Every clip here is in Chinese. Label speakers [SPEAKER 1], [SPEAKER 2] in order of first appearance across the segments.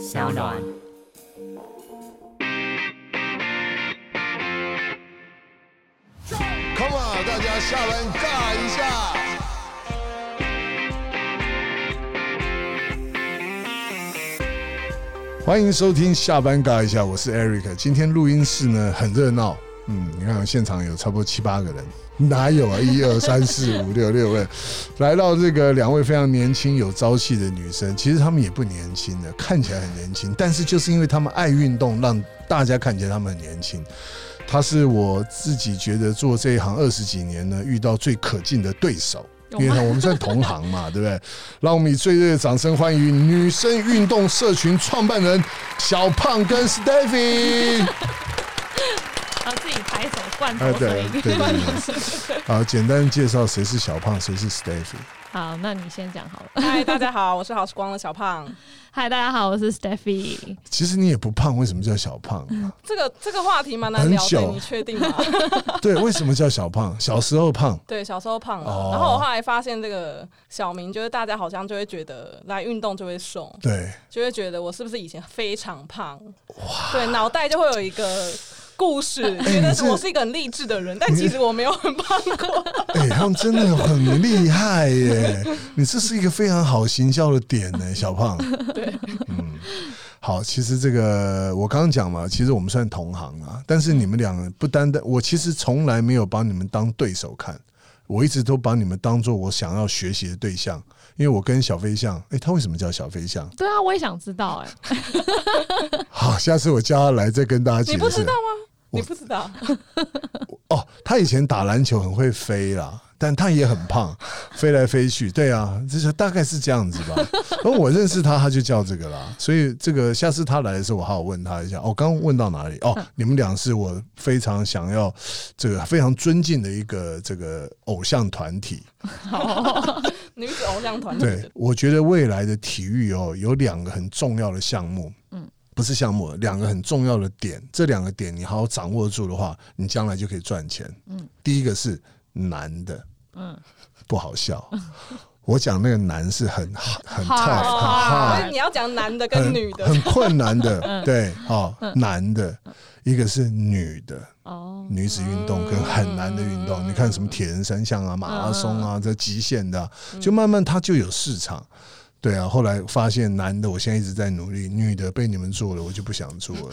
[SPEAKER 1] 小暖。
[SPEAKER 2] Come on，大家下班尬一下。欢迎收听下班尬一下，我是 Eric。今天录音室呢很热闹，嗯，你看现场有差不多七八个人，哪有啊？一二三四五六六位，来到这个两位非常年轻有朝气的女生，其实她们也不年轻的，看起来很年轻，但是就是因为她们爱运动，让大家看起来她们很年轻。她是我自己觉得做这一行二十几年呢，遇到最可敬的对手。因为呢，我们算同行嘛，对不对？让我们以最热烈的掌声欢迎女生运动社群创办人小胖跟 Stephy。
[SPEAKER 3] 然后自己拍手罐
[SPEAKER 2] 啊，
[SPEAKER 3] 头
[SPEAKER 2] 对
[SPEAKER 3] 水。
[SPEAKER 2] 对对对。好，啊简单介绍谁是小胖，谁是 Stephy。
[SPEAKER 3] 好，那你先讲好了。
[SPEAKER 4] 嗨，大家好，我是好时光的小胖。
[SPEAKER 3] 嗨，大家好，我是 Stephy。
[SPEAKER 2] 其实你也不胖，为什么叫小胖啊？
[SPEAKER 4] 这个这个话题蛮难
[SPEAKER 2] 很
[SPEAKER 4] 聊的，
[SPEAKER 2] 久
[SPEAKER 4] 你确 定吗？
[SPEAKER 2] 对，为什么叫小胖？小时候胖，
[SPEAKER 4] 对，小时候胖了，
[SPEAKER 2] 哦
[SPEAKER 4] 然后我后来发现这个小名，就是大家好像就会觉得来运动就会瘦，
[SPEAKER 2] 对，
[SPEAKER 4] 就会觉得我是不是以前非常胖？对，脑袋就会有一个。故事觉得
[SPEAKER 2] 哎你是
[SPEAKER 4] 我是一个很励志的人，但其实我没有很胖过。
[SPEAKER 2] 哎、他们真的很厉害耶！你这是一个非常好行销的点呢，小 胖。
[SPEAKER 4] 对，
[SPEAKER 2] 嗯，好，其实这个我刚刚讲嘛，其实我们算同行啊，但是你们两个不单单，我其实从来没有把你们当对手看，我一直都把你们当做我想要学习的对象，因为我跟小飞象，哎、他为什么叫小飞象？
[SPEAKER 3] 对啊，我也想知道哎、
[SPEAKER 2] 好，下次我叫他来再跟大家解
[SPEAKER 4] 你
[SPEAKER 2] 释。
[SPEAKER 4] 不知道吗？你不知道？
[SPEAKER 2] 哦，他以前打篮球很会飞啦，但他也很胖，飞来飞去。对啊，就是大概是这样子吧。然后我认识他，他就叫这个啦。所以这个下次他来的时候，我好好问他一下。哦，刚刚问到哪里？哦，你们俩是我非常想要这个非常尊敬的一个这个偶像团体。
[SPEAKER 4] 女子偶像 团体
[SPEAKER 2] 对，我觉得未来的体育哦，有两个很重要的项目，嗯，不是项目，两个很重要的点，这两个点你好好掌握住的话，你将来就可以赚钱。嗯，第一个是男的，
[SPEAKER 3] 嗯
[SPEAKER 2] 嗯，不好笑，我讲那个难是很很
[SPEAKER 3] Hard，
[SPEAKER 2] tough 很
[SPEAKER 4] 哦，
[SPEAKER 3] hard
[SPEAKER 4] 所
[SPEAKER 2] hard
[SPEAKER 4] 以你要讲男的
[SPEAKER 2] 很
[SPEAKER 4] 跟女的，
[SPEAKER 2] 很困难的，对，哦，男的，一个是女的，
[SPEAKER 3] 哦，
[SPEAKER 2] 女子运动跟很难的运
[SPEAKER 3] 嗯
[SPEAKER 2] 动，你看什么铁人三项啊、马拉松啊，这极限的啊、
[SPEAKER 3] 嗯
[SPEAKER 2] 就慢慢它就有市场。对啊，后来发现男的，我现在一直在努力，女的被你们做了，我就不想做 了。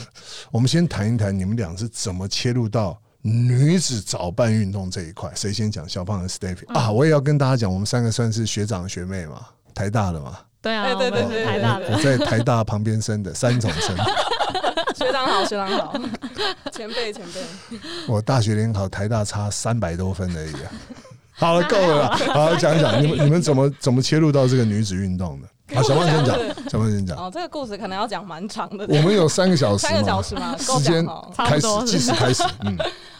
[SPEAKER 2] 我们先谈一谈你们俩是怎么切入到女子早办运动这一块。谁先讲？小胖和 Stephy、啊，
[SPEAKER 3] 嗯
[SPEAKER 2] 我也要跟大家讲，我们三个算是学长学妹嘛，台大的嘛，
[SPEAKER 3] 对啊，
[SPEAKER 4] 对哎对对
[SPEAKER 3] 我们
[SPEAKER 4] 对
[SPEAKER 3] 是
[SPEAKER 4] 对
[SPEAKER 3] 台大
[SPEAKER 2] 我
[SPEAKER 3] 的
[SPEAKER 2] 我，在台大旁边生的三种生。
[SPEAKER 4] 学长好，学长好， 前辈前 辈。
[SPEAKER 2] 我大学联考台大差三百多分而已、 啊。好了，够了啦，
[SPEAKER 4] 啊
[SPEAKER 2] 好讲一讲你们你们怎么怎么切入到这个女子运动的？好，小胖先讲，小胖先讲。
[SPEAKER 4] 哦，这个故事可能要讲蛮长的，
[SPEAKER 2] 我们有三个小时嘛，
[SPEAKER 4] 三个小 时嘛，够
[SPEAKER 2] 哦时
[SPEAKER 4] 讲
[SPEAKER 2] 间
[SPEAKER 4] 哦。
[SPEAKER 3] 差
[SPEAKER 2] 开
[SPEAKER 3] 不
[SPEAKER 2] 始
[SPEAKER 3] 多
[SPEAKER 2] 计时开 始，嗯，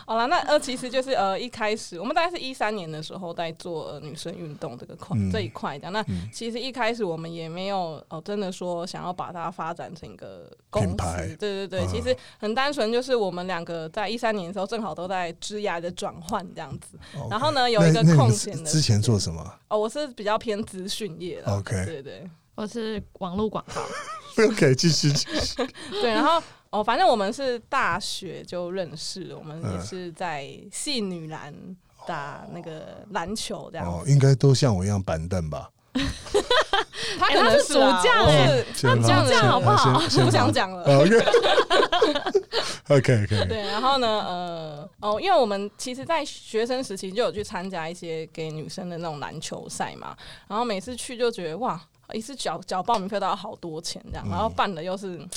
[SPEAKER 4] 好了，那呃，其实就是呃，一开始我们大概是一三年的时候在做、呃、女生运动这个块、
[SPEAKER 2] 嗯
[SPEAKER 4] 这一块的。那其实一开始我们也没有哦、呃真的说想要把它发展成一个公司
[SPEAKER 2] 品牌
[SPEAKER 4] 对对对，
[SPEAKER 2] 啊
[SPEAKER 4] 其实很单纯，就是我们两个在一三年的时候正好都在枝芽的转换这样子。
[SPEAKER 2] OK
[SPEAKER 4] 然后呢，有
[SPEAKER 2] 那
[SPEAKER 4] 一个
[SPEAKER 2] 那你
[SPEAKER 4] 空
[SPEAKER 2] 们
[SPEAKER 4] 闲的
[SPEAKER 2] 之前做什么
[SPEAKER 4] 哦，我是比较偏资讯业的。
[SPEAKER 2] OK
[SPEAKER 4] 对对
[SPEAKER 3] 我是网络广告。
[SPEAKER 2] ？OK，继续，继续
[SPEAKER 4] 对，然后哦，反正我们是大学就认识了，我们也
[SPEAKER 2] 嗯
[SPEAKER 4] 是在系女篮打那个篮球这样
[SPEAKER 2] 哦，
[SPEAKER 4] 子。
[SPEAKER 2] 应该都像我一样板凳吧？哦
[SPEAKER 4] 他
[SPEAKER 3] 哎
[SPEAKER 4] 可
[SPEAKER 3] 他
[SPEAKER 4] 能
[SPEAKER 3] 是主
[SPEAKER 4] 啊
[SPEAKER 3] 将
[SPEAKER 4] 我
[SPEAKER 3] 哎
[SPEAKER 4] 是
[SPEAKER 2] 先
[SPEAKER 3] 那
[SPEAKER 2] 放
[SPEAKER 3] 这样这样好不好
[SPEAKER 2] 先先
[SPEAKER 4] 我
[SPEAKER 2] 放
[SPEAKER 4] 不想讲了。
[SPEAKER 2] OK，OK，OK，
[SPEAKER 4] 对，然后呢，呃，哦，因为我们其实，在学生时期就有去参加一些给女生的那种篮球赛嘛，然后每次去就觉得哇，一次缴缴报名费都要好多钱这样，然后办的又是嗯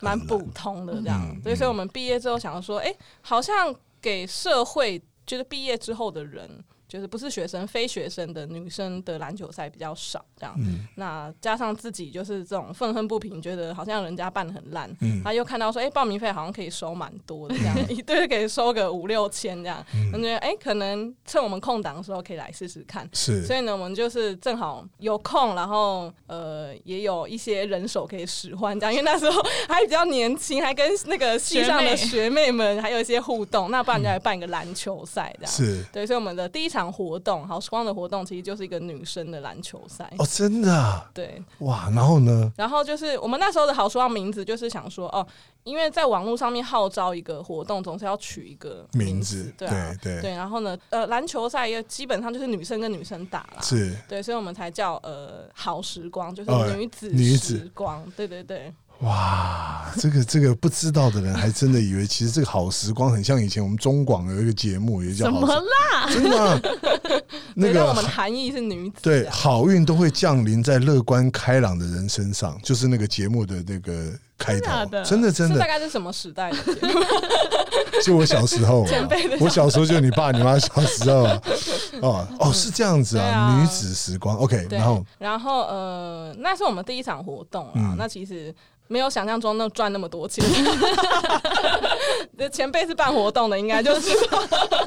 [SPEAKER 4] 蛮普通的这样，
[SPEAKER 2] 嗯
[SPEAKER 4] 对，所以我们毕业之后想说，哎、好像给社会就是毕业之后的人。就是不是学生、非学生的女生的篮球赛比较少，这样。
[SPEAKER 2] 嗯
[SPEAKER 4] 那加上自己就是这种愤恨不平，觉得好像人家办的很烂，
[SPEAKER 2] 嗯
[SPEAKER 4] 他又看到说，哎、报名费好像可以收蛮多的， 这样一队可以收个五六千这样，
[SPEAKER 2] 嗯
[SPEAKER 4] 我觉得哎、可能趁我们空档的时候可以来试试看。所
[SPEAKER 2] 是
[SPEAKER 4] 以呢，我们就是正好有空，然后呃，也有一些人手可以使唤，这样，因为 那时候还比较年轻，还跟那个系上的学妹们还有一些互动，那不然就来办一个篮球赛这样。
[SPEAKER 2] 是，
[SPEAKER 4] 对，所以我们的第一场活动，好时光的活动其实就是一个女生的篮球赛。
[SPEAKER 2] 哦，真的啊
[SPEAKER 4] 对，
[SPEAKER 2] 哇！然后呢？
[SPEAKER 4] 然后就是我们那时候的好时光名字，就是想说哦，因为在网络上面号召一个活动，总是要取一个
[SPEAKER 2] 名
[SPEAKER 4] 字，
[SPEAKER 2] 字，
[SPEAKER 4] 对啊，
[SPEAKER 2] 对
[SPEAKER 4] 对。然后呢，呃，篮球赛也基本上就是女生跟女生打啦，
[SPEAKER 2] 是
[SPEAKER 4] 对，所以我们才叫呃好时光，就
[SPEAKER 2] 哦
[SPEAKER 4] 是女子
[SPEAKER 2] 女子
[SPEAKER 4] 时光，对对对，
[SPEAKER 2] 哇，这个这个不知道的人还真的以为，其实这个好时光很像以前我们中广有一个节目，也叫
[SPEAKER 3] 怎
[SPEAKER 2] 好
[SPEAKER 3] 么
[SPEAKER 2] 时
[SPEAKER 3] 啦？
[SPEAKER 2] 真的啊、 那
[SPEAKER 4] 对但我们
[SPEAKER 2] 个
[SPEAKER 4] 含义是女子、啊，
[SPEAKER 2] 对好运都会降临在乐观开朗的人身上，就是那个节目的那个开头，
[SPEAKER 3] 真的
[SPEAKER 2] 真的真
[SPEAKER 4] 是大
[SPEAKER 2] 的，
[SPEAKER 4] 概是什么时代的节目？
[SPEAKER 2] 就我小时候、 啊，我小时候就你爸你妈小时候、啊，哦哦是这样子啊，
[SPEAKER 4] 对啊
[SPEAKER 2] 女子时光，OK，
[SPEAKER 4] 对
[SPEAKER 2] 然后，
[SPEAKER 4] 然后呃，那是我们第一场活动啊。
[SPEAKER 2] 嗯
[SPEAKER 4] 那其实没有想象中那赚那么多钱。 这前辈是办活动的，应该就是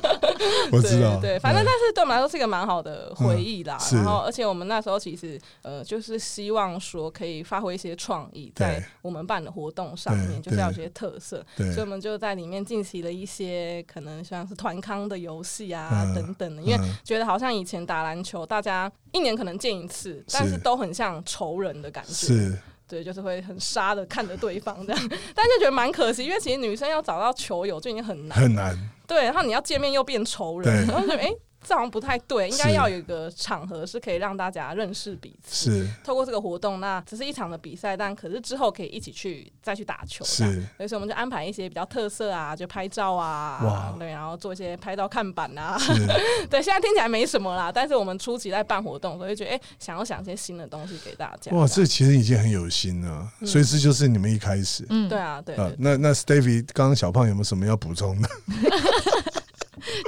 [SPEAKER 2] 我知道嗯
[SPEAKER 4] 对，对，反正但是对我们来说是一个蛮好的回忆啦。
[SPEAKER 2] 是
[SPEAKER 4] 然后，而且我们那时候其实呃，就是希望说可以发挥一些创意，
[SPEAKER 2] 对
[SPEAKER 4] 在我们办的活动上
[SPEAKER 2] 对
[SPEAKER 4] 面，就是要有一些特色。
[SPEAKER 2] 对
[SPEAKER 4] 所以我们就在里面进行了一些可能像是团康的游戏啊、
[SPEAKER 2] 嗯
[SPEAKER 4] 等等的，因为
[SPEAKER 2] 嗯
[SPEAKER 4] 觉得好像以前打篮球，大家一年可能见一次，但是都很像仇人的感觉，
[SPEAKER 2] 是
[SPEAKER 4] 对，就是会很杀的看着对方这样， 但就觉得蛮可惜，因为其实女生要找到球友就已经很难，
[SPEAKER 2] 很难，
[SPEAKER 4] 对，然后你要见面又变仇人，
[SPEAKER 2] 对
[SPEAKER 4] 然后就哎。诶这好像不太对，应该
[SPEAKER 2] 是
[SPEAKER 4] 要有一个场合是可以让大家认识彼此。
[SPEAKER 2] 是
[SPEAKER 4] 透过这个活动，那只是一场的比赛，但可是之后可以一起去再去打球。这样
[SPEAKER 2] 是
[SPEAKER 4] 所以我们就安排一些比较特色啊，就拍照啊
[SPEAKER 2] 哇，
[SPEAKER 4] 对，然后做一些拍照看板啊，
[SPEAKER 2] 是，
[SPEAKER 4] 对，现在听起来没什么啦，但是我们初期在办活动，所以觉得哎、想要想一些新的东西给大家。
[SPEAKER 2] 哇，这其实已经很有心了，所以这就是你们一开始。
[SPEAKER 3] 嗯，
[SPEAKER 4] 对啊，对
[SPEAKER 2] 啊
[SPEAKER 4] 对，
[SPEAKER 2] 那那 Stevie，刚刚小胖有没有什么要补充的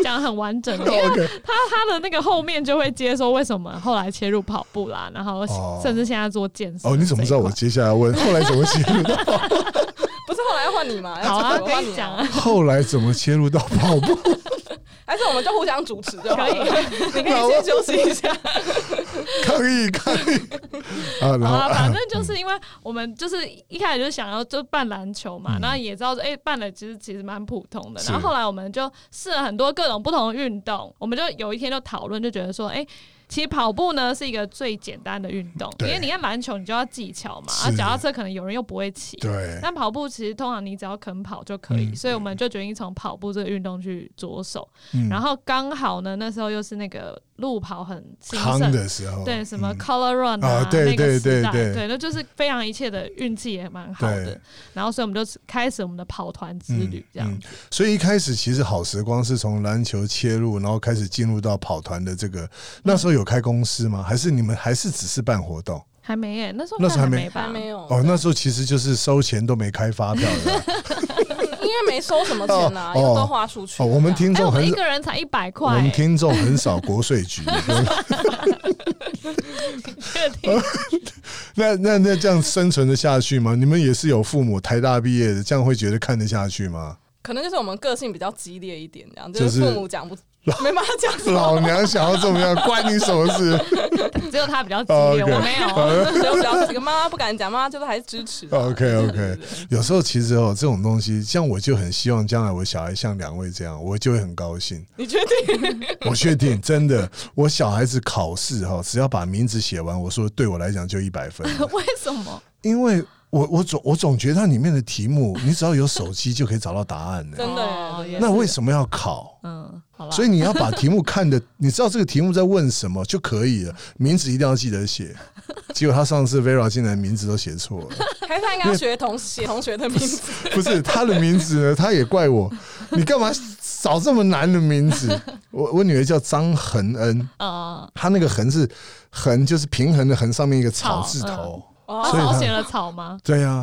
[SPEAKER 3] 讲得很 完整的，因为
[SPEAKER 2] 哦？OK，
[SPEAKER 3] 他他的那个后面就会接说为什么后来切入跑步啦，然后
[SPEAKER 2] 哦
[SPEAKER 3] 甚至现在做健身。
[SPEAKER 2] 哦，你怎么知道我？接下来问后来怎么切入到
[SPEAKER 4] 不是后来要换你吗？
[SPEAKER 3] 好啊，
[SPEAKER 4] 要换
[SPEAKER 3] 可以
[SPEAKER 4] 你
[SPEAKER 3] 讲
[SPEAKER 4] 啊，
[SPEAKER 3] 啊，
[SPEAKER 2] 后来怎么切入到跑 步？
[SPEAKER 4] 还是我们就互相主持就好
[SPEAKER 3] 可以啊
[SPEAKER 4] 了。你可以先休息一下。
[SPEAKER 2] 抗议抗议啊！然
[SPEAKER 3] 好
[SPEAKER 2] 后
[SPEAKER 3] 啦，反正就是因为我们就是一开始就想要就办篮球嘛，
[SPEAKER 2] 嗯
[SPEAKER 3] 然后也知道哎、诶办了其实其实蛮普通的，
[SPEAKER 2] 是
[SPEAKER 3] 然后后来我们就试了很多各种不同的运动，我们就有一天就讨论，就觉得说哎。诶其实跑步呢是一个最简单的运动，因
[SPEAKER 2] 对
[SPEAKER 3] 为你看篮球你就要技巧嘛，
[SPEAKER 2] 是
[SPEAKER 3] 啊，脚踏车可能有人又不会骑，
[SPEAKER 2] 对
[SPEAKER 3] 但跑步其实通常你只要肯跑就可以，
[SPEAKER 2] 嗯
[SPEAKER 3] 所以我们就决定从跑步这个运动去着手。
[SPEAKER 2] 嗯
[SPEAKER 3] 然后刚好呢，那时候又是那个路跑很兴
[SPEAKER 2] 夯
[SPEAKER 3] 盛。
[SPEAKER 2] 的时候，
[SPEAKER 3] 对，什么
[SPEAKER 2] 嗯
[SPEAKER 3] Color Run
[SPEAKER 2] 啊对
[SPEAKER 3] 那个
[SPEAKER 2] 对
[SPEAKER 3] 时代，
[SPEAKER 2] 对对
[SPEAKER 3] 对，那就是非常一切的运气也蛮好的
[SPEAKER 2] 对。嗯
[SPEAKER 3] 然后，所以我们就开始我们的跑团之旅，这样子。
[SPEAKER 2] 所以一开始其实好时光是从篮球切入，然后开始进入到跑团的这个。
[SPEAKER 3] 嗯
[SPEAKER 2] 那时候有开公司吗？还是你们还是只是办活动？
[SPEAKER 3] 还没耶，那时候
[SPEAKER 2] 那时候
[SPEAKER 3] 还
[SPEAKER 2] 还没
[SPEAKER 3] 没吧？
[SPEAKER 4] 还没有
[SPEAKER 2] 哦，那时候其实就是收钱都没开发票 的。
[SPEAKER 4] 因为没收什么钱啊，
[SPEAKER 2] 哦
[SPEAKER 4] 因为都花出去
[SPEAKER 2] 哦，
[SPEAKER 4] 了。
[SPEAKER 2] 我们听
[SPEAKER 3] 哎，我
[SPEAKER 2] 众
[SPEAKER 3] 们
[SPEAKER 2] 很
[SPEAKER 3] 一个人才一百
[SPEAKER 2] 我
[SPEAKER 3] 块
[SPEAKER 2] 们
[SPEAKER 3] 耶，
[SPEAKER 2] 听众很少国税局。
[SPEAKER 3] 确定？
[SPEAKER 2] 那那那这样生存的下去吗？你们也是有父母台大毕业的，这样会觉得看得下去吗？
[SPEAKER 4] 可能就是我们个性比较激烈一点，这样
[SPEAKER 2] 就
[SPEAKER 4] 就是是父母讲不，没办法讲什么，
[SPEAKER 2] 老娘想要怎么样，关你什么事？
[SPEAKER 3] 只有他比较激
[SPEAKER 2] 哦
[SPEAKER 3] 烈，
[SPEAKER 2] ，OK
[SPEAKER 3] 我没有。
[SPEAKER 4] 只有讲这个妈妈不敢讲，妈妈就是还是支持啊。
[SPEAKER 2] OK OK，有时候其实哦，这种东西，像我就很希望将来我小孩像两位这样，我就会很高兴。
[SPEAKER 4] 你确定？
[SPEAKER 2] 我确定，真的，我小孩子考试哈，只要把名字写完，我说对我来讲就一百分了，
[SPEAKER 3] 为什么？
[SPEAKER 2] 因为我我总我总觉得它里面的题目，你只要有手机就可以找到答案的。
[SPEAKER 4] 真的
[SPEAKER 3] 哦
[SPEAKER 4] 耶
[SPEAKER 3] 也
[SPEAKER 2] 那
[SPEAKER 3] 是
[SPEAKER 2] 为什么要考？
[SPEAKER 3] 嗯，好吧。
[SPEAKER 2] 所以你要把题目看的， 你知道这个题目在问什么就可以了，名字一定要记得写。结果他上次 Vera 竟然名字都写错了。
[SPEAKER 4] 还是他应该要学同写同学的名字？
[SPEAKER 2] 不是他的名字呢，他也怪我，你干嘛找这么难的名字？我我女儿叫张恒恩，
[SPEAKER 3] 呃，
[SPEAKER 2] 她那个恒是恒，就是平衡的恒，上面一个草
[SPEAKER 3] 草
[SPEAKER 2] 字头。
[SPEAKER 4] 哦
[SPEAKER 3] 他
[SPEAKER 2] 所以
[SPEAKER 3] 草
[SPEAKER 2] 他
[SPEAKER 3] 写了草吗？
[SPEAKER 2] 对 呀、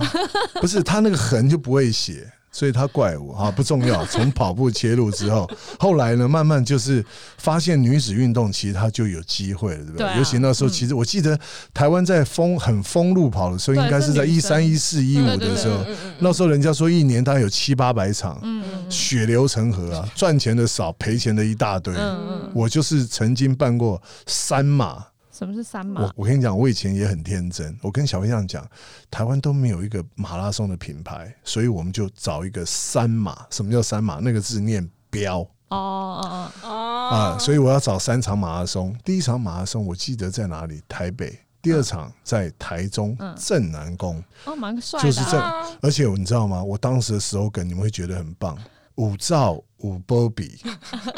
[SPEAKER 2] 不是她那个恒就不会写，所以她怪我啊，不重 要。从跑步切入之后，后来呢，慢慢就是发现女子运动其实她就有机会了，对不对？
[SPEAKER 3] 对啊
[SPEAKER 2] 尤其那时候，其实我记得台湾在封很封路跑的时候，
[SPEAKER 3] 对
[SPEAKER 2] 应该是在
[SPEAKER 3] 是女
[SPEAKER 2] 一
[SPEAKER 3] 生
[SPEAKER 2] 三一四一五
[SPEAKER 3] 对对
[SPEAKER 2] 的
[SPEAKER 3] 对
[SPEAKER 2] 时候，
[SPEAKER 4] 嗯嗯
[SPEAKER 2] 那时候人家说一年大概有七八百场。
[SPEAKER 3] 嗯嗯
[SPEAKER 2] 血流成河啊，赚钱的少，赔钱的一大堆。
[SPEAKER 3] 嗯嗯，
[SPEAKER 2] 我就是曾经办过三马，
[SPEAKER 3] 什么是三马哦
[SPEAKER 2] 我？我跟你讲，我以前也很天真，我跟小飞这样讲，台湾都没有一个马拉松的品牌，所以我们就找一个三马。什么叫三马？那个字念标，
[SPEAKER 3] 哦哦
[SPEAKER 4] 啊
[SPEAKER 2] 啊，所以我要找三场马拉松。第一场马拉松我记得在哪里？台北。第二场在台中
[SPEAKER 3] 嗯
[SPEAKER 2] 正南宫，
[SPEAKER 3] 哦，蛮帅
[SPEAKER 2] 就
[SPEAKER 3] 的
[SPEAKER 2] 是
[SPEAKER 3] 啊，
[SPEAKER 2] 这
[SPEAKER 4] 啊
[SPEAKER 2] 而且你知道吗？我当时的 slogan 你们会觉得很棒，五照五波 比，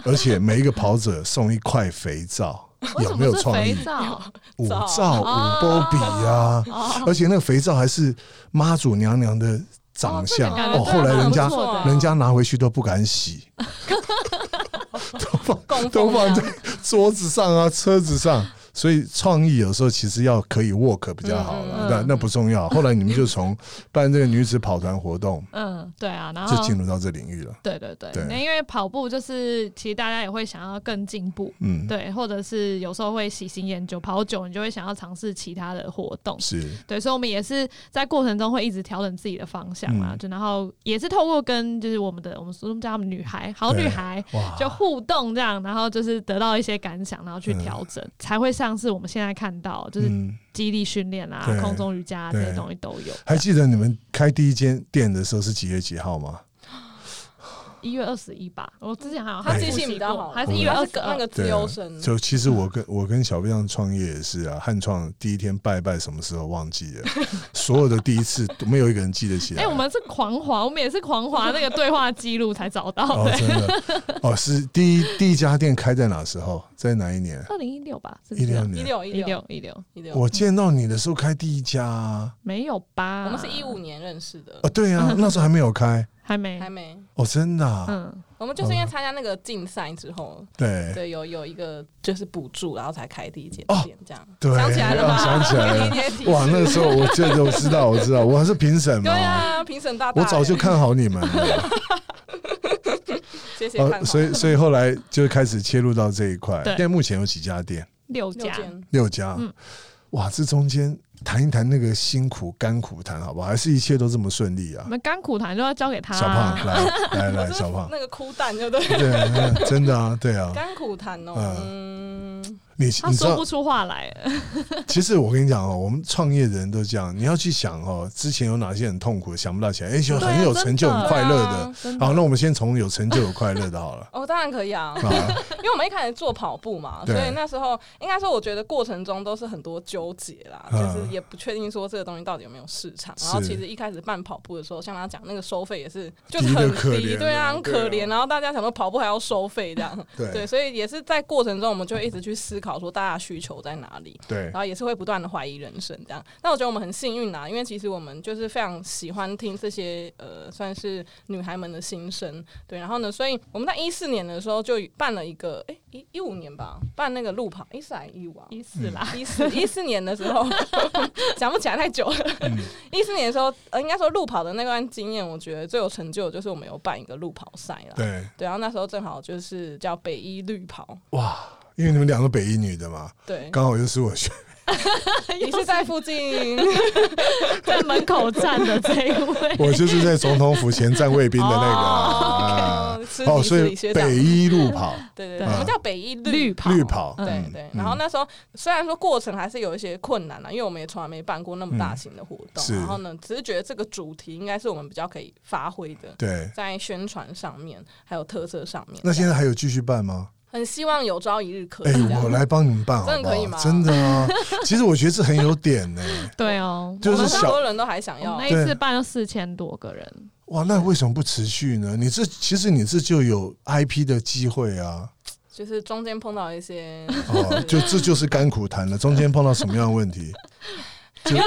[SPEAKER 2] 而且每一个跑者送一块肥皂，
[SPEAKER 3] 为
[SPEAKER 2] 有
[SPEAKER 3] 什
[SPEAKER 2] 没有
[SPEAKER 3] 么是
[SPEAKER 2] 创
[SPEAKER 3] 肥
[SPEAKER 2] 意？
[SPEAKER 3] 皂？
[SPEAKER 2] 五
[SPEAKER 4] 皂
[SPEAKER 2] 照五波比啊！
[SPEAKER 3] 哦，
[SPEAKER 2] 而且那个肥皂还是妈祖娘娘的长相
[SPEAKER 3] 哦这个感觉
[SPEAKER 2] 哦，
[SPEAKER 3] 对
[SPEAKER 2] 后来人
[SPEAKER 3] 还
[SPEAKER 2] 家
[SPEAKER 3] 不错的
[SPEAKER 2] 人家拿回去都不敢洗，都放
[SPEAKER 4] 供奉
[SPEAKER 2] 都放
[SPEAKER 4] 这
[SPEAKER 2] 在
[SPEAKER 3] 啊
[SPEAKER 4] 样
[SPEAKER 2] 桌子上啊、车子上。所以创意有时候其实要可以 work 比较好
[SPEAKER 3] 嗯
[SPEAKER 2] 了
[SPEAKER 3] 嗯，
[SPEAKER 2] 那
[SPEAKER 3] 嗯
[SPEAKER 2] 那不重要。后来你们就从办这个女子跑团活动，
[SPEAKER 3] 嗯，对啊，然
[SPEAKER 2] 就
[SPEAKER 3] 后
[SPEAKER 2] 进入到这领域了。
[SPEAKER 3] 对对对
[SPEAKER 2] 对，
[SPEAKER 3] 那因为跑步就是其实大家也会想要更进步，
[SPEAKER 2] 嗯，
[SPEAKER 3] 对，或者是有时候会喜新厌旧，跑久你就会想要尝试其他的活动。
[SPEAKER 2] 是
[SPEAKER 3] 对，所以我们也是在过程中会一直调整自己的方向嘛，
[SPEAKER 2] 嗯
[SPEAKER 3] 就然后也是透过跟就是我们的我们我们叫她们女孩好女
[SPEAKER 2] 对啊
[SPEAKER 3] 孩
[SPEAKER 2] 哇，
[SPEAKER 3] 就互动这样，然后就是得到一些感想，然后去调整，才会像是我们现在看到就是
[SPEAKER 2] 嗯，
[SPEAKER 3] 肌力训练啊、
[SPEAKER 2] 对
[SPEAKER 3] 空中瑜伽、啊、这些
[SPEAKER 2] 对
[SPEAKER 3] 东西都有。
[SPEAKER 2] 还记得你们开第一间店的时候是几月几号吗？
[SPEAKER 3] 一月二十一吧，我之前好像
[SPEAKER 4] 他
[SPEAKER 3] 还
[SPEAKER 4] 记性
[SPEAKER 3] 复习
[SPEAKER 4] 比较
[SPEAKER 3] 过
[SPEAKER 4] 好，
[SPEAKER 3] 还是
[SPEAKER 2] 我
[SPEAKER 3] 一
[SPEAKER 2] 们
[SPEAKER 3] 月
[SPEAKER 4] 他
[SPEAKER 3] 二
[SPEAKER 4] 是
[SPEAKER 3] 十
[SPEAKER 4] 跟那个自
[SPEAKER 2] 对
[SPEAKER 4] 由
[SPEAKER 2] 啊
[SPEAKER 4] 神，
[SPEAKER 2] 就其实我跟我跟小飞象创业也是啊，汉创第一天拜拜什么时候忘记了，所有的第一次都没有一个人记得起来。
[SPEAKER 3] 哎、我们是狂滑，我们也是狂滑那个对话记录才找到
[SPEAKER 2] 哦，
[SPEAKER 3] 的，
[SPEAKER 2] 真的哦，是第一第一家店开在哪时候？在哪一年？
[SPEAKER 3] 二零一六吧，是不
[SPEAKER 2] 一
[SPEAKER 3] 是
[SPEAKER 2] 六
[SPEAKER 4] 一
[SPEAKER 2] 年。
[SPEAKER 4] 六一
[SPEAKER 3] 一
[SPEAKER 4] 六
[SPEAKER 3] 六一六
[SPEAKER 4] 一六，
[SPEAKER 2] 我见到你的时候开第一家啊，
[SPEAKER 3] 没有吧？
[SPEAKER 4] 我们是一五年认识的
[SPEAKER 2] 哦，，对啊，那时候还没有开
[SPEAKER 3] 还没，
[SPEAKER 4] 还没。
[SPEAKER 2] 哦，真的啊、
[SPEAKER 3] 嗯，
[SPEAKER 4] 我们就是因为参加那个竞赛之后，
[SPEAKER 2] 对
[SPEAKER 4] 对，有有一个就是补助，然后才开第一间
[SPEAKER 2] 哦
[SPEAKER 4] 店这样。
[SPEAKER 2] 对，
[SPEAKER 4] 想起来了吧？
[SPEAKER 2] 哦想起 来
[SPEAKER 4] 给
[SPEAKER 2] 了。
[SPEAKER 4] 你一些提示
[SPEAKER 2] 哇，那个时候我这我知道，我知道，我还是评审
[SPEAKER 4] 对
[SPEAKER 2] 嘛。
[SPEAKER 4] 啊，评审大大
[SPEAKER 2] 我
[SPEAKER 4] 人，
[SPEAKER 2] 早就看好你们了，
[SPEAKER 4] 谢谢看
[SPEAKER 2] 哦，
[SPEAKER 4] 好。
[SPEAKER 2] 所以所以后来就开始切入到这一块。
[SPEAKER 3] 对
[SPEAKER 2] 现在目前有几家店？
[SPEAKER 3] 六
[SPEAKER 4] 六
[SPEAKER 3] 家，
[SPEAKER 4] 间
[SPEAKER 2] 六家。
[SPEAKER 3] 嗯
[SPEAKER 2] 哇，这中间谈一谈那个辛苦甘苦谈好不好？还是一切都这么顺利
[SPEAKER 3] 我
[SPEAKER 2] 啊？
[SPEAKER 3] 们甘苦谈就要交给他、
[SPEAKER 2] 小胖，来来来，哎
[SPEAKER 4] 就是
[SPEAKER 2] 小胖，
[SPEAKER 4] 那个哭蛋，对不对？
[SPEAKER 2] 对，嗯真的啊，对啊，
[SPEAKER 4] 甘苦谈哦，嗯，
[SPEAKER 2] 你
[SPEAKER 3] 他
[SPEAKER 2] 你知
[SPEAKER 3] 说
[SPEAKER 2] 道
[SPEAKER 3] 不，出话来。
[SPEAKER 2] 其实我跟你讲哦，我们创业的人都这样，你要去想哦，之前有哪些很痛苦，想不到钱，哎，就
[SPEAKER 3] 对啊
[SPEAKER 2] 很有成就、
[SPEAKER 3] 真的
[SPEAKER 2] 很快乐
[SPEAKER 4] 对
[SPEAKER 2] 的
[SPEAKER 4] 啊。
[SPEAKER 3] 真的
[SPEAKER 2] 好，那我们先从有成就、有快乐的好了
[SPEAKER 4] 哦，当然可以啊，
[SPEAKER 2] 啊，
[SPEAKER 4] 因为我们一开始做跑步嘛，
[SPEAKER 2] 对
[SPEAKER 4] 所以那时候应该说，我觉得过程中都是很多纠结啦，
[SPEAKER 2] 嗯
[SPEAKER 4] 就是也不确定说这个东西到底有没有市场。
[SPEAKER 2] 是
[SPEAKER 4] 然后其实一开始办跑步的时候，像他讲那个收费也是就是
[SPEAKER 2] 低得
[SPEAKER 4] 很
[SPEAKER 2] 可
[SPEAKER 4] 低，
[SPEAKER 2] 怜
[SPEAKER 4] 对啊，
[SPEAKER 2] 啊
[SPEAKER 4] 很
[SPEAKER 2] 对啊
[SPEAKER 4] 可怜。然后大家想说跑步还要收费这样，对，
[SPEAKER 2] 对
[SPEAKER 4] 所以也是在过程中，我们就一直去思考说大家需求在哪里。
[SPEAKER 2] 对
[SPEAKER 4] 然，后也是会不断的怀疑人生这样。那我觉得我们很幸运啊啦，因为其实我们就是非常喜欢听这些呃，算是女孩们的心声。对，然后呢，所以我们在一四年的时候就办了一个， 哎、一一五年吧，办那个路跑，一四还一五啊。
[SPEAKER 3] 一四啦，
[SPEAKER 4] 一四一四嗯年的时候， 想不起来太久了。一四、年的时候，呃，应该说路跑的那段经验，我觉得最有成就的就是我们有办一个路跑赛啦。
[SPEAKER 2] 对，
[SPEAKER 4] 对，然后那时候正好就是叫北一绿跑。
[SPEAKER 2] 哇，因为你们两个北一女的嘛，
[SPEAKER 4] 对，
[SPEAKER 2] 刚好又是我学，嗯
[SPEAKER 4] 你是在 附近，
[SPEAKER 3] 在门口站的这一 位，
[SPEAKER 2] 我就是在总统府前站卫兵的那个啊
[SPEAKER 4] 哦，，OK
[SPEAKER 2] 哦，所
[SPEAKER 4] 是
[SPEAKER 2] 以
[SPEAKER 4] 你是李学长
[SPEAKER 2] 北一路跑、
[SPEAKER 4] 对对
[SPEAKER 3] 对
[SPEAKER 4] 对，我们叫北一
[SPEAKER 3] 绿
[SPEAKER 4] 绿。
[SPEAKER 3] 跑，
[SPEAKER 2] 绿跑，
[SPEAKER 4] 对
[SPEAKER 2] 啊嗯
[SPEAKER 4] 对，
[SPEAKER 2] 嗯
[SPEAKER 4] 然后那时候虽然说过程还是有一些困难啦，因为我们也从来没办过那么大型的活
[SPEAKER 2] 嗯
[SPEAKER 4] 动，
[SPEAKER 2] 是
[SPEAKER 4] 然后呢，只是觉得这个主题应该是我们比较可以发挥的，
[SPEAKER 2] 对，
[SPEAKER 4] 在宣传上面还有特色上面。
[SPEAKER 2] 那现在还有继续办 吗？
[SPEAKER 4] 很希望有朝一日可
[SPEAKER 2] 哎、
[SPEAKER 4] 以这样
[SPEAKER 2] 我来帮你们办好不好？
[SPEAKER 4] 啊真的可以吗
[SPEAKER 2] 真的啊，其实我觉得这很有点呢、
[SPEAKER 3] 对哦，
[SPEAKER 2] 就
[SPEAKER 4] 我
[SPEAKER 2] 是
[SPEAKER 4] 们很
[SPEAKER 2] 小
[SPEAKER 4] 多人都还想
[SPEAKER 3] 我们
[SPEAKER 4] 要
[SPEAKER 3] 那，一次办了四千多个人，
[SPEAKER 2] 哇，那为什么不持续呢？你这其实你这就有 IP 的机会啊，
[SPEAKER 4] 就是中间碰到一些，
[SPEAKER 2] 哦，就这就是甘苦谈了。中间碰到什么样的问题？
[SPEAKER 4] 我觉得因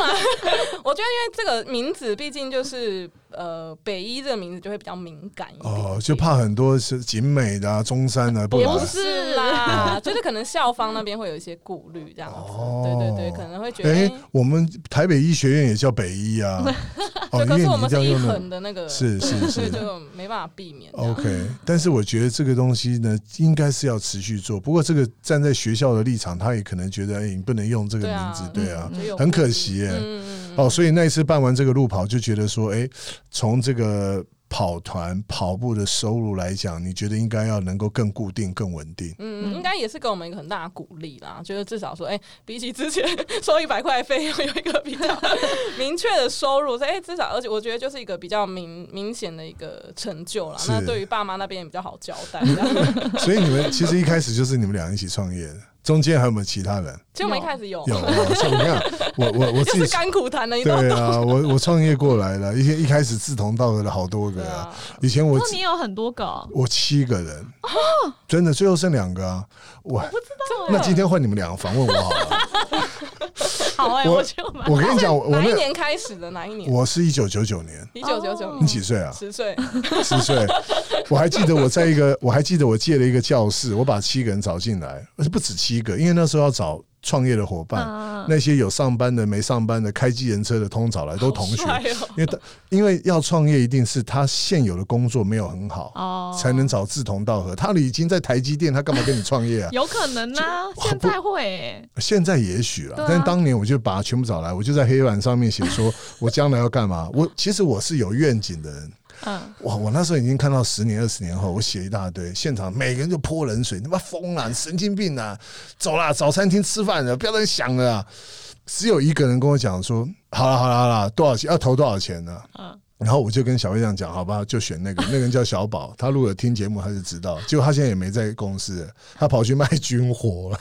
[SPEAKER 4] 为这个名字毕竟就是呃北一这个名字就会比较敏感一点，
[SPEAKER 2] 哦，就怕很多是景美的、啊、中山的、啊，不
[SPEAKER 3] 也
[SPEAKER 2] 然
[SPEAKER 3] 不
[SPEAKER 4] 是
[SPEAKER 3] 是
[SPEAKER 4] 啦，就是可能校方那边会有一些顾虑，这样子。
[SPEAKER 2] 哦
[SPEAKER 4] 对对对，可能会觉得，
[SPEAKER 2] 哎、
[SPEAKER 4] 哎
[SPEAKER 2] 我们台北医学院也叫北医啊， 哦，
[SPEAKER 4] 这
[SPEAKER 2] 因为
[SPEAKER 4] 个
[SPEAKER 2] 你
[SPEAKER 4] 是我
[SPEAKER 2] 一
[SPEAKER 4] 们
[SPEAKER 2] 定要
[SPEAKER 4] 是一
[SPEAKER 2] 用那
[SPEAKER 4] 横的那个，
[SPEAKER 2] 是
[SPEAKER 4] 对
[SPEAKER 2] 是哦
[SPEAKER 4] 所以
[SPEAKER 2] 是
[SPEAKER 4] 就没办法避免这样。
[SPEAKER 2] OK，但是我觉得这个东西呢，应该是要持续做。不过这个站在学校的立场，他也可能觉得，哎、你不能用这个
[SPEAKER 4] 对啊
[SPEAKER 2] 名字，对啊，
[SPEAKER 4] 就有
[SPEAKER 2] 很可
[SPEAKER 4] 顾虑
[SPEAKER 2] 惜耶、
[SPEAKER 4] 嗯嗯嗯，
[SPEAKER 2] 哦，所以那一次办完这个路跑，就觉得说，哎、从这个跑团跑步的收入来讲，你觉得应该要能够更固定、更稳 定？
[SPEAKER 4] 嗯，应该也是给我们一个很大的鼓励啦，就是至少说，哎、比起之前 收一百块的费用，有一个比 较明确的收入，所以哎、至少，而且我觉得就是一个比较明明显的一个成就啦。
[SPEAKER 2] 是
[SPEAKER 4] 那对于爸妈那边也比较好交 代。这样
[SPEAKER 2] 所以你们其实一开始就是你们俩一起创业的，中间还有没有其他人？
[SPEAKER 4] 其实我们一开始有，
[SPEAKER 2] 有，我像你看，我我我
[SPEAKER 4] 就
[SPEAKER 2] 自
[SPEAKER 4] 是
[SPEAKER 2] 己。
[SPEAKER 4] 甘苦谈了一道
[SPEAKER 2] 对啊，我我创业过来了，一一开始志同道合的好多
[SPEAKER 4] 对
[SPEAKER 2] 个啊。
[SPEAKER 4] 啊，
[SPEAKER 2] 以前我
[SPEAKER 3] 哦，你有很多个哦、
[SPEAKER 2] 我七个人，
[SPEAKER 4] 哦
[SPEAKER 2] 真的最后剩两个啊。我那
[SPEAKER 4] 哎
[SPEAKER 2] 今天换你们两个访问我好了。
[SPEAKER 3] 好哎、
[SPEAKER 2] 我
[SPEAKER 3] 我觉得我们
[SPEAKER 2] 我跟你讲，我我
[SPEAKER 4] 哪一
[SPEAKER 2] 那
[SPEAKER 4] 年开始的？哪一年？
[SPEAKER 2] 我是一九九九年，
[SPEAKER 4] 一九九九
[SPEAKER 2] 你
[SPEAKER 3] 哦
[SPEAKER 2] 几岁啊？
[SPEAKER 4] 十岁，
[SPEAKER 2] 十岁，啊我还记得我在一个， 我还记得我借了一个教室，我把七个人找进来，而且不止七个，因为那时候要找创业的伙伴，
[SPEAKER 3] 嗯
[SPEAKER 2] 那些有上班的、没上班的、开机人车的，通找来都同学，
[SPEAKER 4] 好帅哦
[SPEAKER 2] 因为他因为要创业，一定是他现有的工作没有很好，
[SPEAKER 3] 哦？
[SPEAKER 2] 才能找志同道合。他已经在台积电，他干嘛跟你创业啊
[SPEAKER 3] 有可能呐、
[SPEAKER 2] 就
[SPEAKER 3] 现在会、欸，
[SPEAKER 2] 现在也许了，
[SPEAKER 3] 对啊
[SPEAKER 2] 但当年我就把他全部找来，我就在黑板上面写说，我将来要干嘛。我其实我是有愿景的人，
[SPEAKER 3] 嗯，
[SPEAKER 2] 哇！我那时候已经看到十年、二十年后，我写一大堆，现场每个人就泼冷水，你妈疯了，你神经病啊！走啦，找餐厅吃饭了，不要再想了啊。只有一个人跟我讲说：“好了，好了，好了，多少钱？要投多少钱呢、
[SPEAKER 4] 啊
[SPEAKER 3] 嗯
[SPEAKER 2] 然后我就跟小薇这样讲，好吧，就选 那个，那个人叫小宝，他如果有听节目，他就知道。结果他现在也没在公司了，他跑去卖军火 了，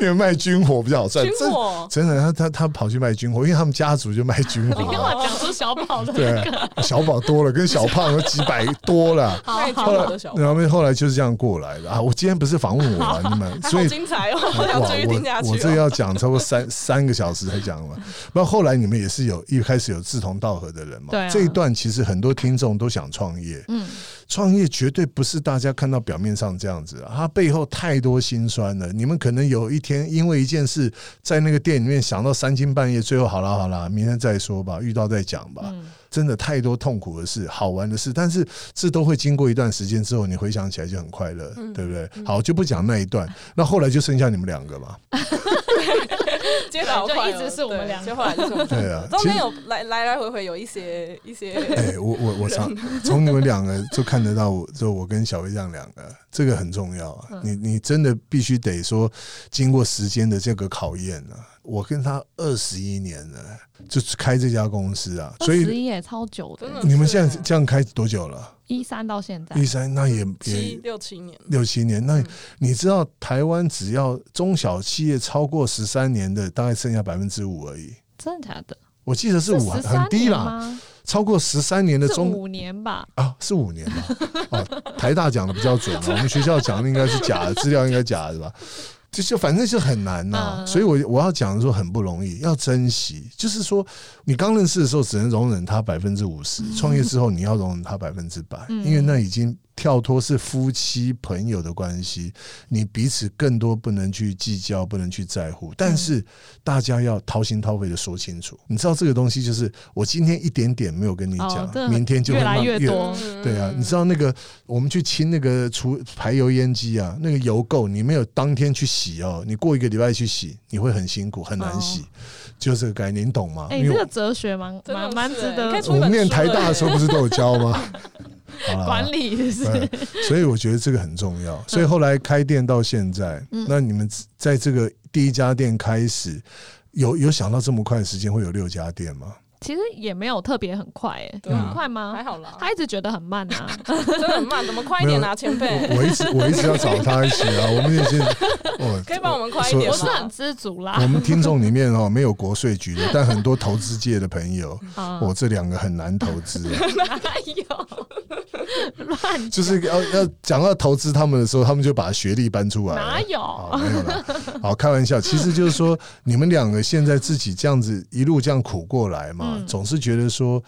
[SPEAKER 2] 因为卖军火比较好赚。
[SPEAKER 4] 军
[SPEAKER 2] 真
[SPEAKER 4] 火
[SPEAKER 2] 真的，他他他跑去卖军火，因为他们家族就卖军
[SPEAKER 4] 哦
[SPEAKER 3] 你
[SPEAKER 2] 火
[SPEAKER 3] 跟
[SPEAKER 2] 啊。
[SPEAKER 3] 我讲出小宝 的，
[SPEAKER 2] 对，小宝多了，跟小胖有几百多了。
[SPEAKER 3] 好
[SPEAKER 4] 太
[SPEAKER 3] 好
[SPEAKER 4] 久
[SPEAKER 2] 后
[SPEAKER 4] 了
[SPEAKER 2] 来
[SPEAKER 4] 的 小，
[SPEAKER 2] 然后后来就是这样过来的啊！我今天不是访问我啊，你 们，所
[SPEAKER 4] 好
[SPEAKER 2] 以
[SPEAKER 4] 精彩哦！我
[SPEAKER 2] 哇，
[SPEAKER 4] 想
[SPEAKER 2] 我
[SPEAKER 4] 继续听下去、哦。
[SPEAKER 2] 我这个要讲差不多三三个小时才讲完。那后来你们也是有一开始有志同道合的人嘛？
[SPEAKER 3] 对啊
[SPEAKER 2] 这一段其实很多听众都想创业，
[SPEAKER 3] 嗯，
[SPEAKER 2] 创业绝对不是大家看到表面上这样子啊，它背后太多辛酸了。你们可能有一天因为一件事，在那个店里面想到三更半夜，最后好啦好啦，明天再说吧，遇到再讲吧。
[SPEAKER 3] 嗯
[SPEAKER 2] 真的太多痛苦的事、好玩的事，但是这都会经过一段时间之后，你回想起来就很快乐，
[SPEAKER 3] 嗯
[SPEAKER 2] 对不对？好，就不讲那一段，那后来就剩下你们两个嘛。
[SPEAKER 4] 接着好
[SPEAKER 3] 对就
[SPEAKER 4] 快
[SPEAKER 3] 一
[SPEAKER 4] 哦
[SPEAKER 3] 直是我们
[SPEAKER 4] 对
[SPEAKER 3] 两个
[SPEAKER 4] 接下来就是我们
[SPEAKER 2] 对
[SPEAKER 3] 嗯
[SPEAKER 2] 啊，
[SPEAKER 4] 中
[SPEAKER 2] 其实
[SPEAKER 4] 间有来来来回回有一些一些，
[SPEAKER 2] 哎、我我我常从你们两个就看得到我，就我跟小薇这样两个，这个很重要
[SPEAKER 3] 嗯
[SPEAKER 2] 啊。你你真的必须得说，经过时间的这个考验啊，我跟他二十一年了，就是开这家公司啊，所
[SPEAKER 3] 十
[SPEAKER 2] 以
[SPEAKER 3] 一也超久的
[SPEAKER 4] 真，的
[SPEAKER 2] 你们现在这样开多久了？
[SPEAKER 3] 一三到现在，
[SPEAKER 2] 一三那也
[SPEAKER 4] 七
[SPEAKER 2] 也
[SPEAKER 4] 六七年，
[SPEAKER 2] 六七年，那
[SPEAKER 4] 嗯
[SPEAKER 2] 你知道台湾只要中小企业超过十三年的，大概剩下百分之五而已。
[SPEAKER 3] 真的假的？
[SPEAKER 2] 我记得是五，啊
[SPEAKER 3] 十
[SPEAKER 2] 很低啦，
[SPEAKER 3] 吗？
[SPEAKER 2] 超过十三年的
[SPEAKER 3] 是
[SPEAKER 2] 中
[SPEAKER 3] 五年吧？
[SPEAKER 2] 啊，是五年 吧？哦，台大讲的比较准啊，我们学校讲的应该是假的，资料应该假的吧？就就反正就很难呐、
[SPEAKER 3] 嗯
[SPEAKER 2] 所以我我要讲的说很不容易，要珍惜。就是说，你刚认识的时候只能容忍他百分之五十，创业之后你要容忍他百分之百，
[SPEAKER 3] 嗯
[SPEAKER 2] 因为那已经跳脱是夫妻朋友的关系，你彼此更多不能去计较，不能去在
[SPEAKER 3] 嗯
[SPEAKER 2] 乎。但是大家要掏心掏肺的说清楚，你知道这个东西就是我今天一点点没有跟你讲
[SPEAKER 3] 哦，真的
[SPEAKER 2] 明天就会
[SPEAKER 3] 越来
[SPEAKER 2] 慢
[SPEAKER 3] 越多
[SPEAKER 4] 嗯
[SPEAKER 2] 对啊，你知道那个我们去清那个除排油烟机啊，那个油垢你没有当天去洗哦，你过一个礼拜去洗，你会很辛苦，很难洗，就是这个概念，你懂吗？
[SPEAKER 3] 哎、
[SPEAKER 2] 因
[SPEAKER 3] 这
[SPEAKER 2] 为
[SPEAKER 3] 个哲学蛮
[SPEAKER 4] 真的
[SPEAKER 3] 蛮蛮
[SPEAKER 4] 是
[SPEAKER 3] 值
[SPEAKER 4] 哎
[SPEAKER 3] 得
[SPEAKER 4] 可以出
[SPEAKER 2] 我
[SPEAKER 4] 一
[SPEAKER 2] 们
[SPEAKER 4] 本
[SPEAKER 2] 念
[SPEAKER 4] 书
[SPEAKER 2] 台大的
[SPEAKER 4] 了
[SPEAKER 2] 时候不是都有教吗？ 好啦
[SPEAKER 3] 管理，是不是？
[SPEAKER 2] 啊对，所以我觉得这个很重要。所以后来开店到现在，那你们在这个第一家店开始，有有想到这么快的时间会有六家店吗？
[SPEAKER 3] 其实也没有特别很快、哎、
[SPEAKER 4] 对啊
[SPEAKER 3] 很快吗
[SPEAKER 4] 还？好啦，
[SPEAKER 3] 他一直觉得很慢啊，
[SPEAKER 4] 真的很慢，怎么快一点啊，前辈？
[SPEAKER 2] 我一直我一直要找他一起啊，我们哦也是，我
[SPEAKER 4] 可以帮我们快一点
[SPEAKER 3] 我
[SPEAKER 4] 吗
[SPEAKER 3] 是啊很知足 啦
[SPEAKER 2] 我。们听众里面哦，没有国税局的，但很多投资界的朋 友，
[SPEAKER 3] 啊
[SPEAKER 2] 我这两个很难投资、啊。
[SPEAKER 3] 哪有乱讲？
[SPEAKER 2] 就是要要讲到投资他们的时候，他们就把学历搬出来了。
[SPEAKER 3] 哪有？
[SPEAKER 2] 好，没有啦，好，开玩笑。其实就是说，你们两个现在自己这样子一路这样苦过来嘛，
[SPEAKER 3] 嗯
[SPEAKER 2] 总是觉得说，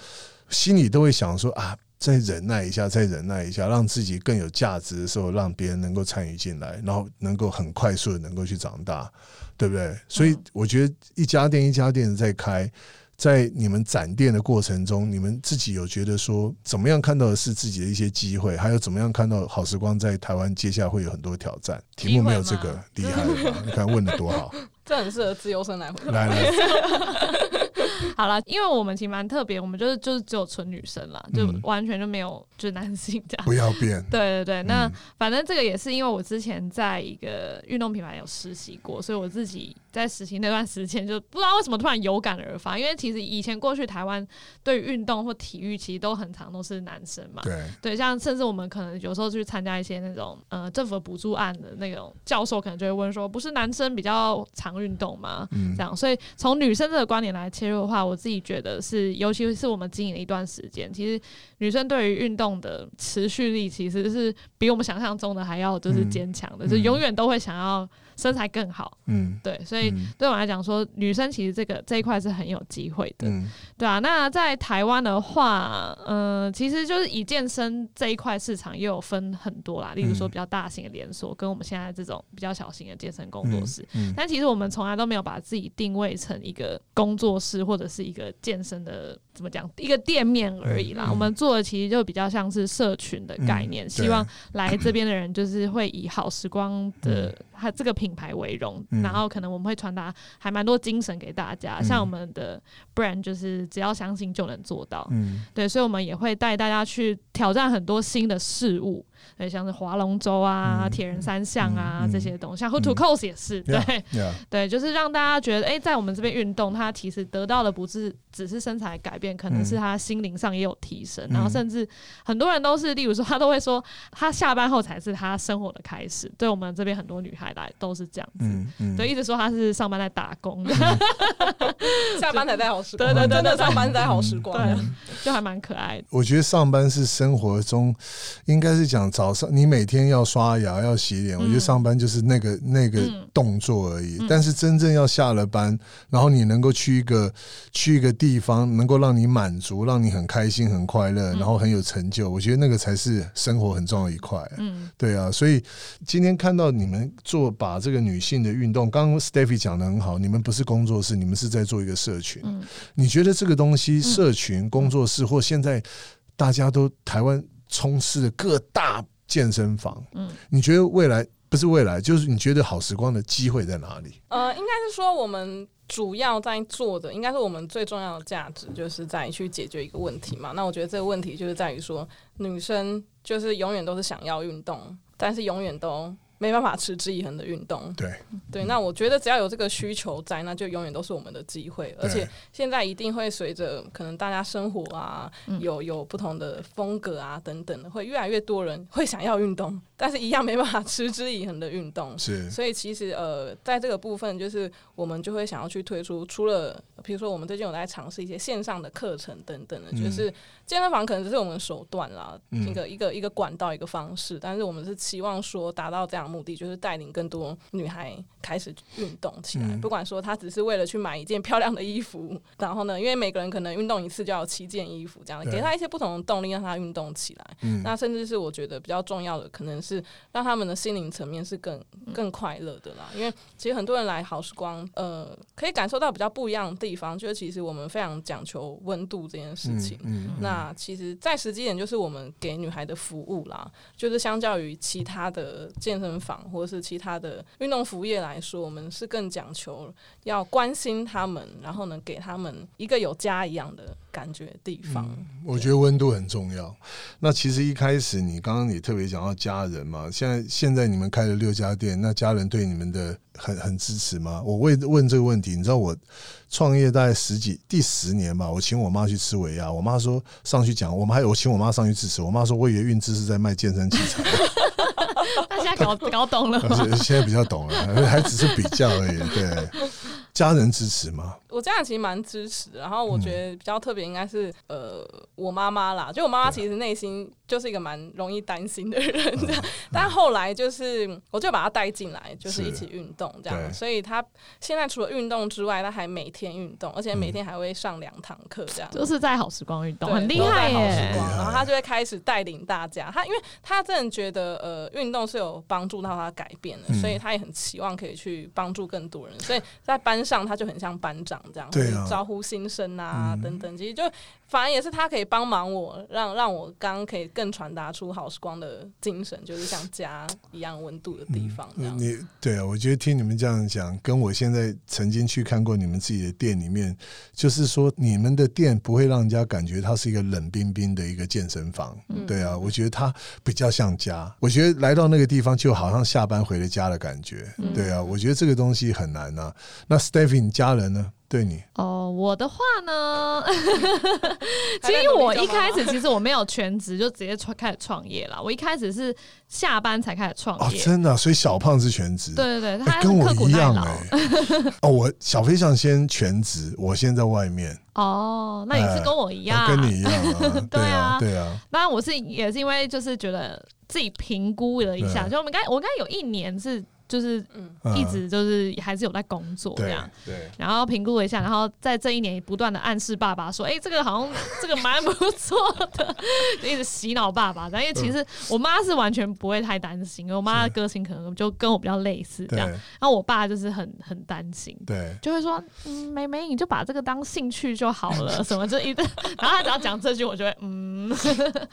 [SPEAKER 2] 心里都会想说啊，再忍耐一下，再忍耐一下，让自己更有价值的时候，让别人能够参与进来，然后能够很快速的能够去长大，对不对？所
[SPEAKER 3] 嗯
[SPEAKER 2] 以我觉得一家店一家店的在开。在你们展店的过程中，你们自己有觉得说怎么样看到的是自己的一些机会，还有怎么样看到好时光在台湾接下来会有很多挑战？题目没有这
[SPEAKER 4] 机会
[SPEAKER 2] 个
[SPEAKER 4] 嘛
[SPEAKER 2] 厉害吧？你看问的多好，
[SPEAKER 4] 这很适合自由生来回。
[SPEAKER 2] 来来，
[SPEAKER 3] 好啦，因为我们其实蛮特别，我们就是就是只有纯女生啦，就
[SPEAKER 2] 嗯
[SPEAKER 3] 完全就没有就是男性这样。
[SPEAKER 2] 不要变。
[SPEAKER 3] 对对对，那、
[SPEAKER 2] 嗯
[SPEAKER 3] 反正这个也是因为我之前在一个运动品牌有实习过，所以我自己在实习那段时间就不知道为什么突然有感而发，因为其实以前过去台湾对于运动或体育其实都很常都是男生嘛，
[SPEAKER 2] 对，
[SPEAKER 3] 对，像甚至我们可能有时候去参加一些那种呃政府的补助案的那种教授，可能就会问说，不是男生比较常运动吗？
[SPEAKER 2] 嗯
[SPEAKER 3] 这样，所以从女生这个观点来切入的话，我自己觉得是，尤其是我们经营了一段时间，其实女生对于运动的持续力其实是比我们想象中的还要就是
[SPEAKER 2] 嗯
[SPEAKER 3] 坚强的，
[SPEAKER 2] 嗯
[SPEAKER 3] 就永远都会想要身材更好。
[SPEAKER 2] 嗯
[SPEAKER 3] 对，所以
[SPEAKER 2] 嗯
[SPEAKER 3] 对我来讲说，女生其实这个这一块是很有机会的。
[SPEAKER 2] 嗯
[SPEAKER 3] 对啊，那在台湾的话，嗯，其实就是以健身这一块市场也有分很多啦，例如说
[SPEAKER 2] 嗯
[SPEAKER 3] 比较大型的连锁，跟我们现在这种比较小型的健身工作室。
[SPEAKER 2] 嗯
[SPEAKER 3] 但其实我们从来都没有把自己定位成一个工作室或者是一个健身的怎么讲一个店面而已啦。
[SPEAKER 2] 嗯
[SPEAKER 3] 我们做的其实就比较像是社群的概念，
[SPEAKER 2] 嗯
[SPEAKER 3] 希望来这边的人就是会以好时光的它这个品牌为荣，
[SPEAKER 2] 嗯
[SPEAKER 3] 然后可能我们会传达还蛮多精神给大家，
[SPEAKER 2] 嗯
[SPEAKER 3] 像我们的 brand 就是只要相信就能做到，
[SPEAKER 2] 嗯
[SPEAKER 3] 对，所以我们也会带大家去挑战很多新的事物，对，像是划龙舟啊、
[SPEAKER 2] 嗯
[SPEAKER 3] 铁、人三项啊、
[SPEAKER 2] 嗯嗯
[SPEAKER 3] 这些东西，像 Who to Cos 也是，对。
[SPEAKER 2] Yeah，yeah，
[SPEAKER 3] 对，就是让大家觉得，哎、在我们这边运动，他其实得到的不是只是身材改变，可能
[SPEAKER 2] 嗯
[SPEAKER 3] 是他心灵上也有提升。
[SPEAKER 2] 嗯
[SPEAKER 3] 然后甚至很多人都是，例如说，他都会说，他下班后才是他生活的开始。对我们这边很多女孩来都是这样子。
[SPEAKER 2] 嗯嗯，
[SPEAKER 3] 对，一直说他是上班在打工，
[SPEAKER 4] 嗯下班才在好时
[SPEAKER 3] 对
[SPEAKER 4] 光，
[SPEAKER 3] 对对
[SPEAKER 4] 真的
[SPEAKER 3] 对
[SPEAKER 4] 上班才好时光。
[SPEAKER 3] 对 就还蛮可爱的。
[SPEAKER 2] 我觉得上班是生活中，应该是讲早上你每天要刷牙要洗脸，
[SPEAKER 3] 嗯
[SPEAKER 2] 我觉得上班就是那个那个
[SPEAKER 3] 嗯
[SPEAKER 2] 动作而已。
[SPEAKER 3] 嗯
[SPEAKER 2] 但是真正要下了班，然后你能够去一个去一个地方，能够让你满足，让你很开心、很快乐，
[SPEAKER 3] 嗯
[SPEAKER 2] 然后很有成就，我觉得那个才是生活很重要的一块。
[SPEAKER 3] 嗯
[SPEAKER 2] 对啊，所以今天看到你们做把这个女性的运动，刚刚 Stephy 讲的很好，你们不是工作室，你们是在做一个社群。
[SPEAKER 3] 嗯
[SPEAKER 2] 你觉得这个东西，社群、工作室或现在大家都台湾充斥了各大健身房，
[SPEAKER 3] 嗯
[SPEAKER 2] 你觉得未来不是未来，就是你觉得好时光的机会在哪里？
[SPEAKER 4] 呃，应该是说我们主要在做的，应该是我们最重要的价值，就是在于去解决一个问题嘛。那我觉得这个问题就是在于说，女生就是永远都是想要运动，但是永远都。没办法持之以恒的运动，
[SPEAKER 2] 对
[SPEAKER 4] 对，那我觉得只要有这个需求在，那就永远都是我们的机会。而且现在一定会随着可能大家生活啊，
[SPEAKER 3] 嗯
[SPEAKER 4] 有有不同的风格啊等等的，会越来越多人会想要运动，但是一样没办法持之以恒的运动。
[SPEAKER 2] 是
[SPEAKER 4] 所以其实呃，在这个部分，就是我们就会想要去推出，除了比如说我们最近有在尝试一些线上的课程等等的，
[SPEAKER 2] 嗯
[SPEAKER 4] 就是健身房可能只是我们的手段啦，
[SPEAKER 2] 嗯
[SPEAKER 4] 一个一个一个管道一个方式，但是我们是期望说达到这样的目的，就是带领更多女孩开始运动起来，
[SPEAKER 2] 嗯
[SPEAKER 4] 不管说她只是为了去买一件漂亮的衣服，然后呢，因为每个人可能运动一次就要有七件衣服这样，
[SPEAKER 2] 对
[SPEAKER 4] 给她一些不同的动力，让她运动起来。
[SPEAKER 2] 嗯
[SPEAKER 4] 那甚至是我觉得比较重要的，可能是让他们的心灵层面是更
[SPEAKER 2] 嗯
[SPEAKER 4] 更快乐的啦。因为其实很多人来好时光，呃，可以感受到比较不一样的地方，就是其实我们非常讲求温度这件事情。
[SPEAKER 2] 嗯
[SPEAKER 4] 那其实，在实际点就是我们给女孩的服务啦，就是相较于其他的健身房或者是其他的运动服务业来说，我们是更讲求要关心她们，然后呢，给她们一个有家一样的感觉的地方。
[SPEAKER 2] 我觉得温度很重要。那其实一开始你刚刚也特别讲到家人嘛，现在现在你们开了六家店，那家人对你们的很很支持吗？我为问这个问题，你知道我创业大概十几第十年吧，我请我妈去吃尾牙，我妈说上去讲，我们还有我请我妈上去支持，我妈说我以为运志是在卖健身器材，
[SPEAKER 3] 大家搞搞懂 了
[SPEAKER 2] 而
[SPEAKER 3] 吗？
[SPEAKER 2] 且现在比较懂了，还只是比较而已。对，家人支持吗？
[SPEAKER 4] 我家人其实蛮支持的，然后我觉得比较特别应该是、呃我妈妈啦，就我妈妈其实内心就是一个蛮容易担心的人，这样，但后来就是我就把她带进来，就是
[SPEAKER 2] 是
[SPEAKER 4] 一起运动这
[SPEAKER 2] 对
[SPEAKER 4] 样，所以她现在除了运动之外，她还每天运动，而且每天还会上两堂课这样。
[SPEAKER 3] 就是在好时光运动，
[SPEAKER 4] 对
[SPEAKER 3] 很厉
[SPEAKER 4] 都在
[SPEAKER 3] 害
[SPEAKER 4] 好
[SPEAKER 3] 耶
[SPEAKER 4] 时光
[SPEAKER 2] 厉害
[SPEAKER 4] 然后她就会开始带领大家。她因为她真的觉得，呃，运动是有帮助到她改变的，
[SPEAKER 2] 嗯
[SPEAKER 4] 所以她也很期望可以去帮助更多人。所以在班上，她就很像班长长这样，
[SPEAKER 2] 对啊
[SPEAKER 4] 招呼新生啊、
[SPEAKER 2] 嗯
[SPEAKER 4] 等等，其实就反正也是他可以帮忙我，让让我刚刚可以更传达出好时光的精神，就是像家一样温度的地方这样。
[SPEAKER 2] 嗯你对啊，我觉得听你们这样讲，跟我现在曾经去看过你们自己的店里面，就是说你们的店不会让人家感觉它是一个冷冰冰的一个健身房，
[SPEAKER 4] 嗯
[SPEAKER 2] 对啊，我觉得它比较像家。我觉得来到那个地方，就好像下班回了家的感觉，
[SPEAKER 3] 嗯
[SPEAKER 2] 对啊，我觉得这个东西很难啊。那 Stephen 你家人呢？对你，
[SPEAKER 3] 哦，我的话 呢，
[SPEAKER 4] 还
[SPEAKER 3] 其
[SPEAKER 4] 在
[SPEAKER 3] 实
[SPEAKER 4] 努力
[SPEAKER 3] 我
[SPEAKER 4] 中
[SPEAKER 3] 一开
[SPEAKER 4] 吗
[SPEAKER 3] 始其实我没有全职，就直接创开始创业啦。我一开始是下班才开始创
[SPEAKER 2] 哦，
[SPEAKER 3] 业，
[SPEAKER 2] 真的啊、所以小胖是全职，
[SPEAKER 3] 对对对，
[SPEAKER 2] 哎
[SPEAKER 3] 他
[SPEAKER 2] 跟
[SPEAKER 3] 是
[SPEAKER 2] 我
[SPEAKER 3] 刻苦
[SPEAKER 2] 一
[SPEAKER 3] 耐
[SPEAKER 2] 样
[SPEAKER 3] 劳。
[SPEAKER 2] 哎、哦，我小飞象先全职，我先在外面，
[SPEAKER 3] 哦，那你是跟我一样，
[SPEAKER 2] 我跟你一样啊，对
[SPEAKER 3] 对
[SPEAKER 2] 啊
[SPEAKER 3] 啊，
[SPEAKER 2] 对啊，
[SPEAKER 3] 当然我是也是因为就是觉得自己评估了一下，
[SPEAKER 2] 对
[SPEAKER 3] 就我们刚我刚有一年是就是
[SPEAKER 4] 嗯，
[SPEAKER 2] 嗯
[SPEAKER 3] 一直就是还是有在工作这
[SPEAKER 2] 对
[SPEAKER 3] 样。
[SPEAKER 2] 对。
[SPEAKER 3] 然后评估了一下，然后在这一年不断的暗示爸爸说：“哎、这个好像 这个蛮不错的。” 一直洗脑爸爸。但因为其
[SPEAKER 2] 嗯
[SPEAKER 3] 实我妈是完全不会太担心，我妈的个性可能就跟我比较类似这样。
[SPEAKER 2] 对
[SPEAKER 3] 然后我爸就是很很担心，
[SPEAKER 2] 对，
[SPEAKER 3] 就会说：“嗯，妹妹，你就把这个当兴趣就好 了，什么这一顿。”然后他只要讲这句，我就会嗯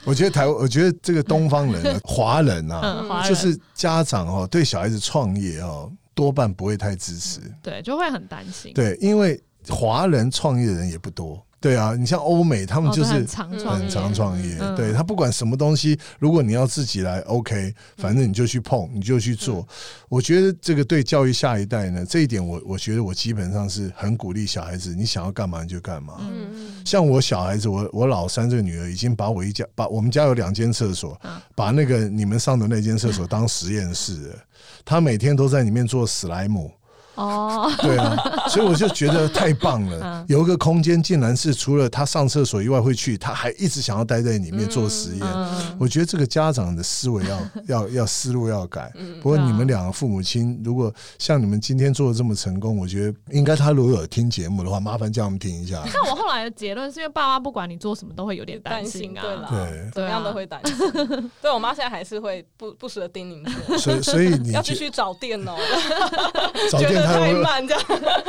[SPEAKER 2] 我觉得台，我觉得这个东方人、 啊、华人啊，
[SPEAKER 3] 嗯，华人
[SPEAKER 2] 就是家长哦，对小孩子创业哦，多半不会太支持。
[SPEAKER 3] 对，就会很担心。
[SPEAKER 2] 对，因为华人创业的人也不多。对啊，你像欧美，他
[SPEAKER 3] 哦，
[SPEAKER 2] 们就
[SPEAKER 3] 对
[SPEAKER 2] 是
[SPEAKER 3] 很常
[SPEAKER 4] 嗯
[SPEAKER 3] 创
[SPEAKER 2] 很
[SPEAKER 3] 业，
[SPEAKER 2] 常创业。
[SPEAKER 3] 嗯
[SPEAKER 2] 对他不管什么东西，如果你要自己来，OK，反正你就去碰，你就去做。
[SPEAKER 3] 嗯
[SPEAKER 2] 我觉得这个对教育下一代呢，这一点我我觉得我基本上是很鼓励小孩子，你想要干嘛你就干嘛。
[SPEAKER 3] 嗯
[SPEAKER 4] 嗯
[SPEAKER 2] 像我小孩子，我我老三这个女儿已经把我一家把我们家有两间厕所，
[SPEAKER 3] 嗯
[SPEAKER 2] 把那个你们上的那间厕所当实验室了，她每天都在里面做史莱姆。
[SPEAKER 3] 哦，
[SPEAKER 2] 对啊，所以我就觉得太棒了，
[SPEAKER 4] 嗯
[SPEAKER 2] 有一个空间竟然是除了她上厕所以外会去，她还一直想要待在里面做实验。
[SPEAKER 3] 嗯，
[SPEAKER 2] 我觉得这个家长的思维要 要要思路要改。
[SPEAKER 4] 嗯
[SPEAKER 2] 不过你们两个父母亲，如果像你们今天做的这么成功，我觉得应该他如果有听节目的话，麻烦叫他们听一下。
[SPEAKER 3] 但我后来的结论是因为爸妈不管你做什么都会有点担心
[SPEAKER 4] 担心对
[SPEAKER 3] 啊
[SPEAKER 4] 啦，
[SPEAKER 2] 对，
[SPEAKER 4] 怎么样都会担心。对我妈现在还是会不不时的叮咛说，
[SPEAKER 2] 所以所以你
[SPEAKER 4] 要
[SPEAKER 2] 觉
[SPEAKER 4] 继续找店哦，
[SPEAKER 2] 找
[SPEAKER 4] 觉
[SPEAKER 2] 电
[SPEAKER 4] 得
[SPEAKER 2] 台
[SPEAKER 4] 太
[SPEAKER 2] 我，
[SPEAKER 4] 慢这样。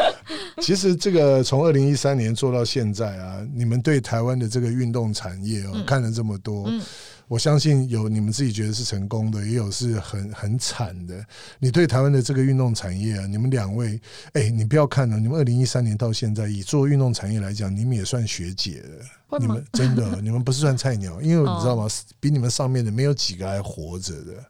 [SPEAKER 2] 其实这个从二零一三年做到现在啊，你们对台湾的这个运动产业哦、看了这么多，
[SPEAKER 3] 嗯
[SPEAKER 2] 我相信有你们自己觉得是成功的，也有是很很惨的。你对台湾的这个运动产业啊，你们两位，哎、你不要看了、你们二零一三年到现在，以做运动产业来讲，你们也算学姐了。
[SPEAKER 3] 会
[SPEAKER 2] 你
[SPEAKER 3] 吗
[SPEAKER 2] 们？真 的，你们不是算菜鸟，因为
[SPEAKER 3] 哦
[SPEAKER 2] 你知道吗？比你们上面的没有几个还活着的，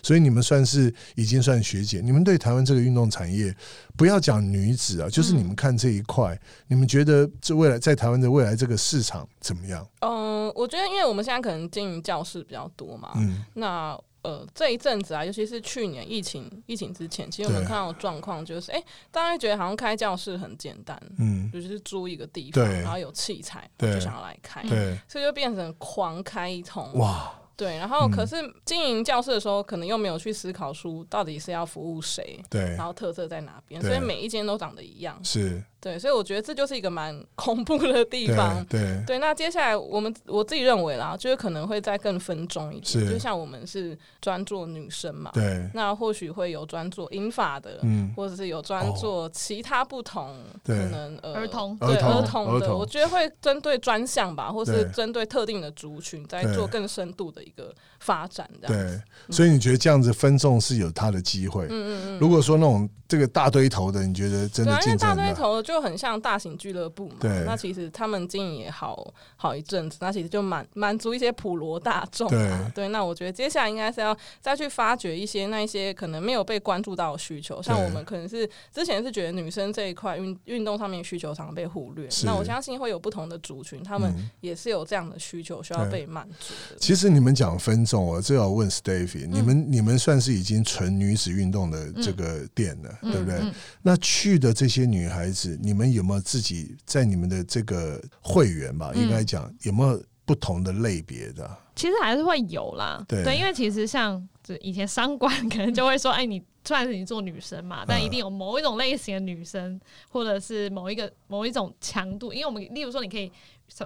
[SPEAKER 2] 所以你们算是已经算学姐。你们对台湾这个运动产业，不要讲女子啊，
[SPEAKER 4] 嗯
[SPEAKER 2] 就是你们看这一块，你们觉得这未来在台湾的未来这个市场怎么样？
[SPEAKER 4] 嗯，我觉得因为我们现在可能经营教室比较多嘛，
[SPEAKER 2] 嗯，
[SPEAKER 4] 那呃这一阵子啊，尤其是去年疫情疫情之前，其实我们
[SPEAKER 2] 对
[SPEAKER 4] 看到的状况就是，哎、大家觉得好像开教室很简单，
[SPEAKER 2] 嗯，
[SPEAKER 4] 就是租一个地方，
[SPEAKER 2] 对
[SPEAKER 4] 然后有器材，
[SPEAKER 2] 对
[SPEAKER 4] 就想要来开，
[SPEAKER 2] 对，
[SPEAKER 4] 所以就变成狂开一通。
[SPEAKER 2] 哇，
[SPEAKER 4] 对，然后
[SPEAKER 2] 嗯
[SPEAKER 4] 可是经营教室的时候，可能又没有去思考出到底是要服务谁。
[SPEAKER 2] 对
[SPEAKER 4] 然，后特色在哪边，
[SPEAKER 2] 对
[SPEAKER 4] 所以每一间都长得一样，
[SPEAKER 2] 是，
[SPEAKER 4] 对，所以我觉得这就是一个蛮恐怖的地
[SPEAKER 2] 对
[SPEAKER 4] 方，。
[SPEAKER 2] 对，
[SPEAKER 4] 对，那接下来我们我自己认为啦，就是可能会再更分众一点，
[SPEAKER 2] 是
[SPEAKER 4] 就像我们是专做女生嘛，
[SPEAKER 2] 对，
[SPEAKER 4] 那或许会有专做英法的，
[SPEAKER 2] 嗯，
[SPEAKER 4] 或者是有专做其他不同，可
[SPEAKER 2] 对
[SPEAKER 4] 能呃
[SPEAKER 3] 儿童
[SPEAKER 4] 对
[SPEAKER 2] 儿童
[SPEAKER 4] 儿童
[SPEAKER 2] 儿
[SPEAKER 4] 的，
[SPEAKER 2] 童
[SPEAKER 4] 我觉得会针对专项吧，或是
[SPEAKER 2] 对
[SPEAKER 4] 针对特定的族群，在
[SPEAKER 2] 对
[SPEAKER 4] 做更深度的一个发展，这样嗯
[SPEAKER 2] 对，所以你觉得这样子分众是有它的机会？
[SPEAKER 4] 嗯嗯嗯。
[SPEAKER 2] 如果说那种这个大堆头的，你觉得真
[SPEAKER 4] 对
[SPEAKER 2] 的
[SPEAKER 4] 啊，因
[SPEAKER 2] 竞争
[SPEAKER 4] 为大
[SPEAKER 2] 很
[SPEAKER 4] 堆
[SPEAKER 2] 大？
[SPEAKER 4] 头的就很像大型俱乐部嘛
[SPEAKER 2] 对，
[SPEAKER 4] 那其实他们经营也好好一阵子，那其实就满满足一些普罗大众
[SPEAKER 2] 对
[SPEAKER 4] 啊。对，那我觉得接下来应该是要再去发掘一些那一些可能没有被关注到的需求，像
[SPEAKER 2] 对
[SPEAKER 4] 我们可能是之前是觉得女生这一块运运动上面的需求常常被忽略
[SPEAKER 2] 是，
[SPEAKER 4] 那我相信会有不同的族群，他们
[SPEAKER 2] 嗯
[SPEAKER 4] 也是有这样的需求需要
[SPEAKER 2] 对
[SPEAKER 4] 被满足的。
[SPEAKER 2] 其实你们讲分众，我这要问 Stevie，你
[SPEAKER 3] 嗯
[SPEAKER 2] 们、你们算是已经纯女子运动的这个店了，
[SPEAKER 3] 嗯
[SPEAKER 2] 对不对？
[SPEAKER 3] 嗯
[SPEAKER 2] 那去的这些女孩子，你们有没有自己在你们的这个会员吧？
[SPEAKER 3] 嗯
[SPEAKER 2] 应该讲有没有不同的类别的？
[SPEAKER 3] 其实还是会有啦，
[SPEAKER 2] 对
[SPEAKER 3] 因为其实像就以前商管 可能就会说，哎，你虽然是你做女生
[SPEAKER 2] 嗯
[SPEAKER 3] 嘛，但一定有某一种类型的女生，或者是某一个某一种强度，因为我们例如说你可以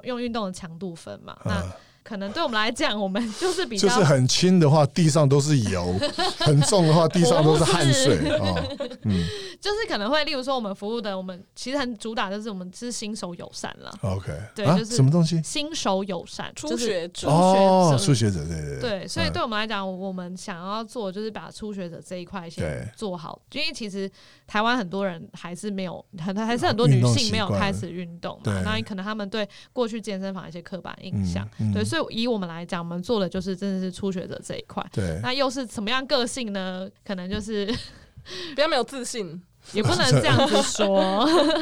[SPEAKER 3] 用运动的强度分嘛，那
[SPEAKER 2] 嗯
[SPEAKER 3] 可能对我们来讲，我们就是比
[SPEAKER 2] 就
[SPEAKER 3] 较
[SPEAKER 2] 是很轻的话，地上都是 油；很重的话，地上都是汗水啊、哦嗯
[SPEAKER 3] 就是可能会，例如说我们服务的，我们其实很主打就是我们是新手友善啦，
[SPEAKER 2] ，OK，
[SPEAKER 3] 对
[SPEAKER 2] 啊，
[SPEAKER 3] 就是
[SPEAKER 2] 什么东西？
[SPEAKER 3] 新手友善，
[SPEAKER 4] 初
[SPEAKER 3] 就是
[SPEAKER 4] 学者
[SPEAKER 3] 学者
[SPEAKER 2] 哦，初学者，对对对，
[SPEAKER 3] 对，所以
[SPEAKER 2] 嗯
[SPEAKER 3] 对我们来讲，我们想要做就是把初学者这一块
[SPEAKER 2] 对
[SPEAKER 3] 先做好，因为其实台湾很多人还是没有，很还是很多
[SPEAKER 2] 运
[SPEAKER 3] 女
[SPEAKER 2] 动习
[SPEAKER 3] 性没有
[SPEAKER 2] 惯
[SPEAKER 3] 开始运动
[SPEAKER 2] 对
[SPEAKER 3] 嘛，那可能他们对过去健身房一些刻板印
[SPEAKER 2] 嗯
[SPEAKER 3] 象，
[SPEAKER 2] 嗯
[SPEAKER 3] 对，所以以我们来讲，我们做的就是真的是初学者这一块。
[SPEAKER 2] 对，
[SPEAKER 3] 那又是怎么样个性呢？可能就是
[SPEAKER 4] 比较没有自信，
[SPEAKER 3] 也不能这样子 说，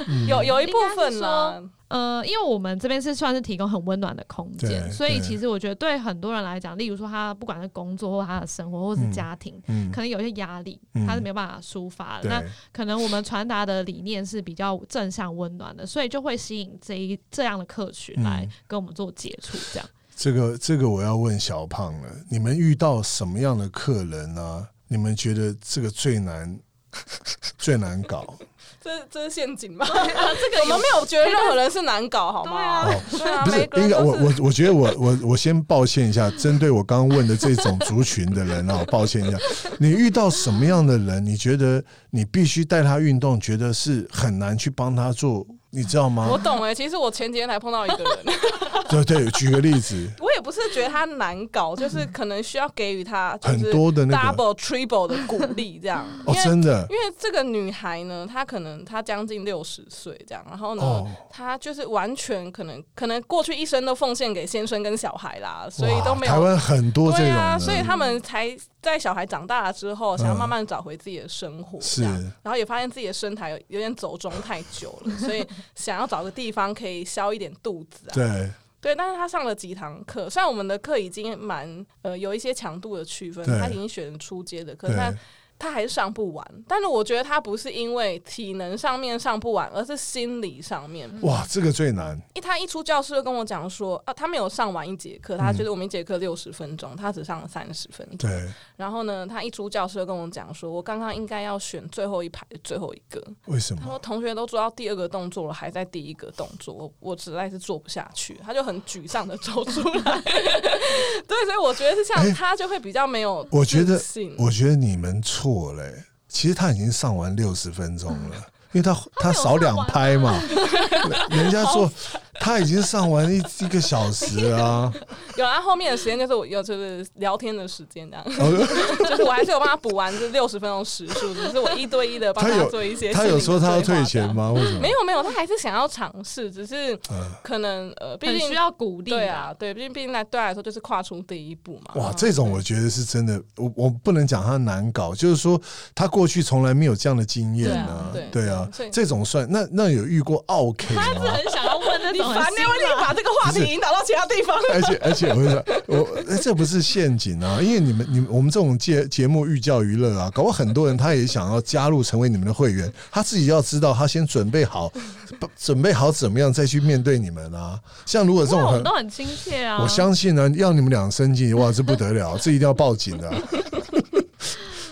[SPEAKER 2] 嗯
[SPEAKER 4] 有有一部分啦，
[SPEAKER 3] 呃，因为我们这边是算是提供很温暖的空
[SPEAKER 2] 对
[SPEAKER 3] 间，所以
[SPEAKER 2] 对
[SPEAKER 3] 其实我觉得对很多人来讲，例如说他不管是工作或他的生活或是
[SPEAKER 2] 嗯
[SPEAKER 3] 家庭，
[SPEAKER 2] 嗯
[SPEAKER 3] 可，能有一些压力
[SPEAKER 2] 嗯，
[SPEAKER 3] 他是没有办法抒发的。
[SPEAKER 2] 对
[SPEAKER 3] 那可能我们传达的理念是比较正向温暖的，所以就会吸引这一这样的客群
[SPEAKER 2] 嗯
[SPEAKER 3] 来跟我们做接触，这样。
[SPEAKER 2] 这个这个我要问小胖了，你们遇到什么样的客人呢、你们觉得这个最难 最难 搞？
[SPEAKER 4] 这这是陷阱 吧？啊这个我们没有觉得任何人是难搞，好吗？
[SPEAKER 2] 哦
[SPEAKER 4] 对啊，
[SPEAKER 2] 不是
[SPEAKER 4] 每，个
[SPEAKER 2] 应
[SPEAKER 4] 人
[SPEAKER 2] 该我
[SPEAKER 4] 都
[SPEAKER 2] 我
[SPEAKER 4] 是。
[SPEAKER 2] 我觉得我我我先抱歉一下，针对我刚刚问的这种族群的人啊， 抱歉一下。你遇到什么样的人，你觉得你必须带他运动，觉得是很难去帮他做，你知道
[SPEAKER 4] 我
[SPEAKER 2] 吗？
[SPEAKER 4] 懂哎、其实我前几天才碰到一个人，
[SPEAKER 2] 对对，举个例子，
[SPEAKER 4] 我也不是觉得他难搞，就是可能需要给予他就
[SPEAKER 2] 很
[SPEAKER 4] 是
[SPEAKER 2] 多的那个
[SPEAKER 4] double triple 的鼓励这样，因
[SPEAKER 2] 哦，
[SPEAKER 4] 为
[SPEAKER 2] 真的
[SPEAKER 4] 因为这个女孩呢，她可能她将近六十岁这样，然后呢，
[SPEAKER 2] 哦
[SPEAKER 4] 她就是完全可能可能过去一生都奉献给先生跟小孩啦，所以
[SPEAKER 2] 哇
[SPEAKER 4] 都没
[SPEAKER 2] 哦台
[SPEAKER 4] 有。
[SPEAKER 2] 湾很多这
[SPEAKER 4] 对
[SPEAKER 2] 种
[SPEAKER 4] 啊，
[SPEAKER 2] 人，
[SPEAKER 4] 所以他们才在小孩长大了之后，想要慢慢找回自己的生活，
[SPEAKER 2] 是
[SPEAKER 4] 这样然后也发现自己的身材有有点走中太久了，所以想要找个地方可以消一点肚子啊。
[SPEAKER 2] 对
[SPEAKER 4] 对，但是他上了几堂课，虽然我们的课已经蛮呃有一些强度的区分
[SPEAKER 2] 对，
[SPEAKER 4] 他已经选初阶的，可是他
[SPEAKER 2] 对
[SPEAKER 4] 他还是上不完。但是我觉得他不是因为体能上面上不完，而是心理上面。
[SPEAKER 2] 哇，这个最难，
[SPEAKER 4] 一他一出教室就跟我讲说，啊，他没有上完一节课，他觉得我们一节课六十分钟，他只上了三十分钟。
[SPEAKER 2] 嗯对，
[SPEAKER 4] 然后呢，他一出教室就跟我讲说，我刚刚应该要选最后一排的最后一个。
[SPEAKER 2] 为什
[SPEAKER 4] 他
[SPEAKER 2] 么
[SPEAKER 4] 说同学都做到第二个动作了，还在第一个动作，我我实在是做不下去。他就很沮丧的走出来。 对，所以我觉得是像
[SPEAKER 2] 哎
[SPEAKER 4] 他就会比较没有
[SPEAKER 2] 我觉得
[SPEAKER 4] 自信
[SPEAKER 2] 我觉得你们错了欸、其实他已经上完六十分钟了，
[SPEAKER 4] 嗯
[SPEAKER 2] 因为他他
[SPEAKER 4] 啊
[SPEAKER 2] 少两拍 嘛，人家说他已经上完一一个小时 啊，
[SPEAKER 4] 有啊，后面的时间就是我有就是聊天的时间这样，
[SPEAKER 2] 哦
[SPEAKER 4] 就是我还是有帮他补完这六十分钟时数，只是我一对一的帮
[SPEAKER 2] 他有
[SPEAKER 4] 做一些。
[SPEAKER 2] 他有说他要退钱？吗？为什么？
[SPEAKER 4] 没有没有，他还是想要尝试，只是
[SPEAKER 2] 嗯
[SPEAKER 4] 可能呃，毕
[SPEAKER 3] 很
[SPEAKER 4] 竟
[SPEAKER 3] 需要鼓励
[SPEAKER 4] 对
[SPEAKER 3] 啦
[SPEAKER 4] 啊，，对，毕竟毕竟来对他来说就是跨出第一步嘛。
[SPEAKER 2] 哇，这种我觉得是真的，我我不能讲他难搞，就是说他过去从来没有这样的经验啊
[SPEAKER 4] 对啊，对
[SPEAKER 2] 对啊
[SPEAKER 4] 所以，
[SPEAKER 2] 这种算那那有遇过 OK 吗？
[SPEAKER 3] 是很想要问那
[SPEAKER 4] 你
[SPEAKER 3] 种很
[SPEAKER 4] 烦，
[SPEAKER 3] 辛
[SPEAKER 4] 你我已经把这个话
[SPEAKER 2] 不
[SPEAKER 4] 题
[SPEAKER 2] 是
[SPEAKER 4] 引导到其他地方了。
[SPEAKER 2] 而且而且，我就说，我哎这不是陷阱啊，因为你们你们我们这种节节目寓教于乐啊，搞不好很多人他也想要加入成为你们的会员，他自己要知道，他先准备好，不准备好怎么样再去面对你们啊。像如果这
[SPEAKER 3] 因为
[SPEAKER 2] 种
[SPEAKER 3] 我们
[SPEAKER 2] 很，
[SPEAKER 3] 都很亲切啊。
[SPEAKER 2] 我相信呢、要你们俩生气，哇，这不得了，这一定要报警 的啊、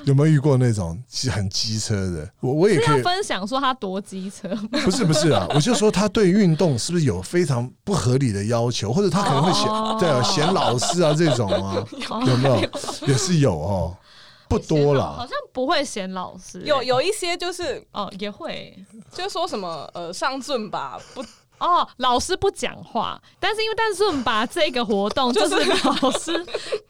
[SPEAKER 2] 有没有遇过那种很机车的？我我也
[SPEAKER 3] 是
[SPEAKER 2] 可
[SPEAKER 3] 要
[SPEAKER 2] 以，
[SPEAKER 3] 分享说他多机车，
[SPEAKER 2] 不是不是 啊，我就说他对运动是不是有非常不合理的要求，或者他可能会嫌、
[SPEAKER 3] 哦
[SPEAKER 2] 对啊嫌老师啊这种啊，有没有？也是有哦， 不多
[SPEAKER 3] 好
[SPEAKER 2] 啦。
[SPEAKER 3] 像不会嫌老师、
[SPEAKER 4] 有有一些就是
[SPEAKER 3] 哦，也会
[SPEAKER 4] 就是说什么呃上阵吧，不
[SPEAKER 3] 哦，老师不讲话，但是因为但是我们把这个活动就是老师